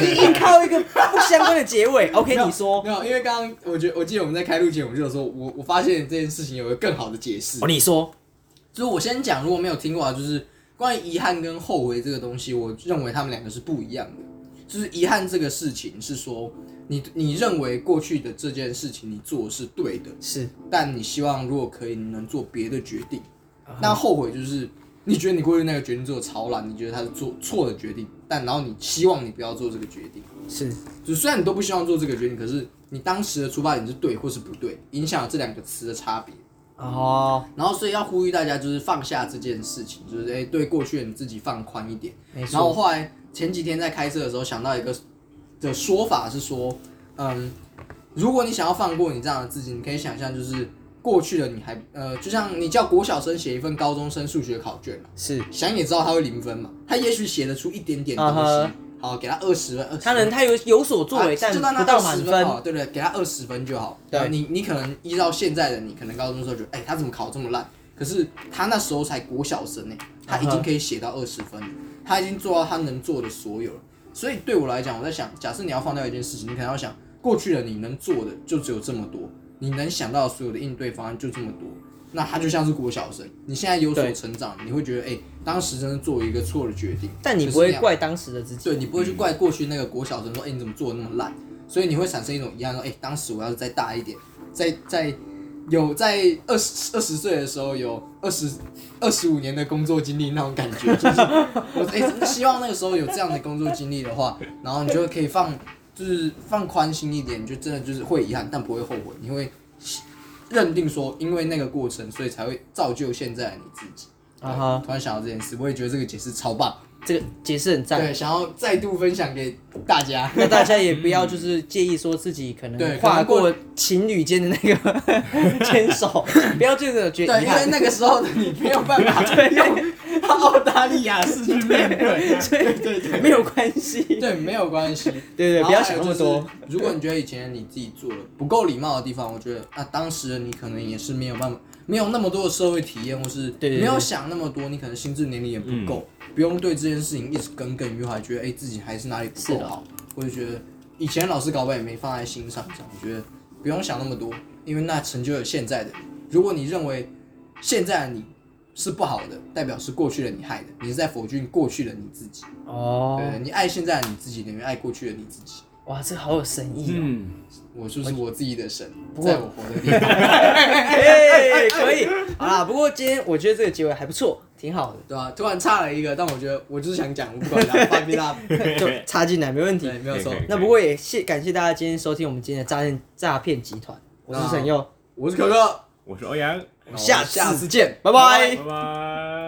硬硬靠一个不相关的结尾。OK，你说， (laughs) 没有，因为刚刚我觉得我记得我们在开录前，我们就有说，我我发现这件事情有一个更好的解释哦，。你说，就是我先讲，如果没有听过啊，就是关于遗憾跟后悔这个东西，我认为他们两个是不一样的。就是遗憾这个事情是说，你你认为过去的这件事情你做是对的，是但你希望如果可以，你能做别的决定。那后悔就是你觉得你过去那个决定做得超烂，你觉得他是做错的决定，但然后你希望你不要做这个决定。是，就虽然你都不希望做这个决定，可是你当时的出发点是对或是不对，影响了这两个词的差别。哦，然后所以要呼吁大家就是放下这件事情，就是哎、对过去的你自己放宽一点。没然后我错，后来前几天在开车的时候想到一个的说法是说，嗯，如果你想要放过你这样的自己，你可以想象就是过去的你还呃，就像你叫国小生写一份高中生数学考卷嘛，是想也知道他会零分嘛，他也许写得出一点点东西啊哈好，给他二十分，二十他能他有有所作为，啊但就让他不到20满分分好，了，对不对？给他二十分就好。对然后你你可能依照现在的你，可能高中的时候觉得，哎、他怎么考这么烂？可是他那时候才国小生呢、欸他已啊经哈可以写到二十分了，他已经做到他能做的所有了。所以对我来讲，我在想，假设你要放掉一件事情，你可能要想，过去的你能做的就只有这么多，你能想到所有的应对方案就这么多。那他就像是国小生，你现在有所对成长，你会觉得，哎、当时真的做一个错的决定。但你可不是会要怪当时的自己。对你不会去嗯怪过去那个国小生说，哎、你怎么做的那么烂？所以你会产生一种遗憾，说，哎、当时我要是再大一点，再再有在二十二十岁的时候有二十二十五年的工作经历那种感觉，就是 (laughs) 我哎、希望那个时候有这样的工作经历的话，然后你就可以放就是放宽心一点，你就真的就是会遗憾，但不会后悔，你会认定说，因为那个过程，所以才会造就现在的你自己。啊哈，突然想到这件事，我也觉得这个解释超棒。这个解释很赞。对，想要再度分享给大家。那大家也不要就是介意说自己可对能跨可能过情侣间的那个牵手，不要这个觉得对，遗因为憾。那个时候的你没有办法用澳大利亚式去面对，对对对没有关系，对 (laughs) 对，没有关系。对对，然后不要想那么还有多就。是。如果你觉得以前你自己做了不够礼貌的地方，我觉得啊，当时的你可能也是没有办法，没有那么多的社会体验，或是对对对嗯没有想那么多，你可能心智年龄也不够，不用对这件事情一直耿耿于怀，觉得哎、自己还是哪里不是够的好，或者觉得以前老师搞不好也没放在心上，这样我觉得不用想那么多，因为那成就了现在的你。如果你认为现在的你是不好的，代表是过去的你害的，你是在否定过去的你自己。哦，对，你爱现在的你自己，等于爱过去的你自己。哇，这个好有深意哦。嗯，我就是我自己的神，不过在我活的地方，哎，可以。好啦，不过今天我觉得这个结尾还不错，挺好的。对吧、啊突然差了一个，但我觉得我就是想讲，我不管他 f i v 就插进来没问题对，。没有错可以。可以那不过也谢感谢大家今天收听我们今天的诈骗诈骗集团，我是那沈佑，我是可可，我是欧阳，下次下次见，哎拜拜拜拜。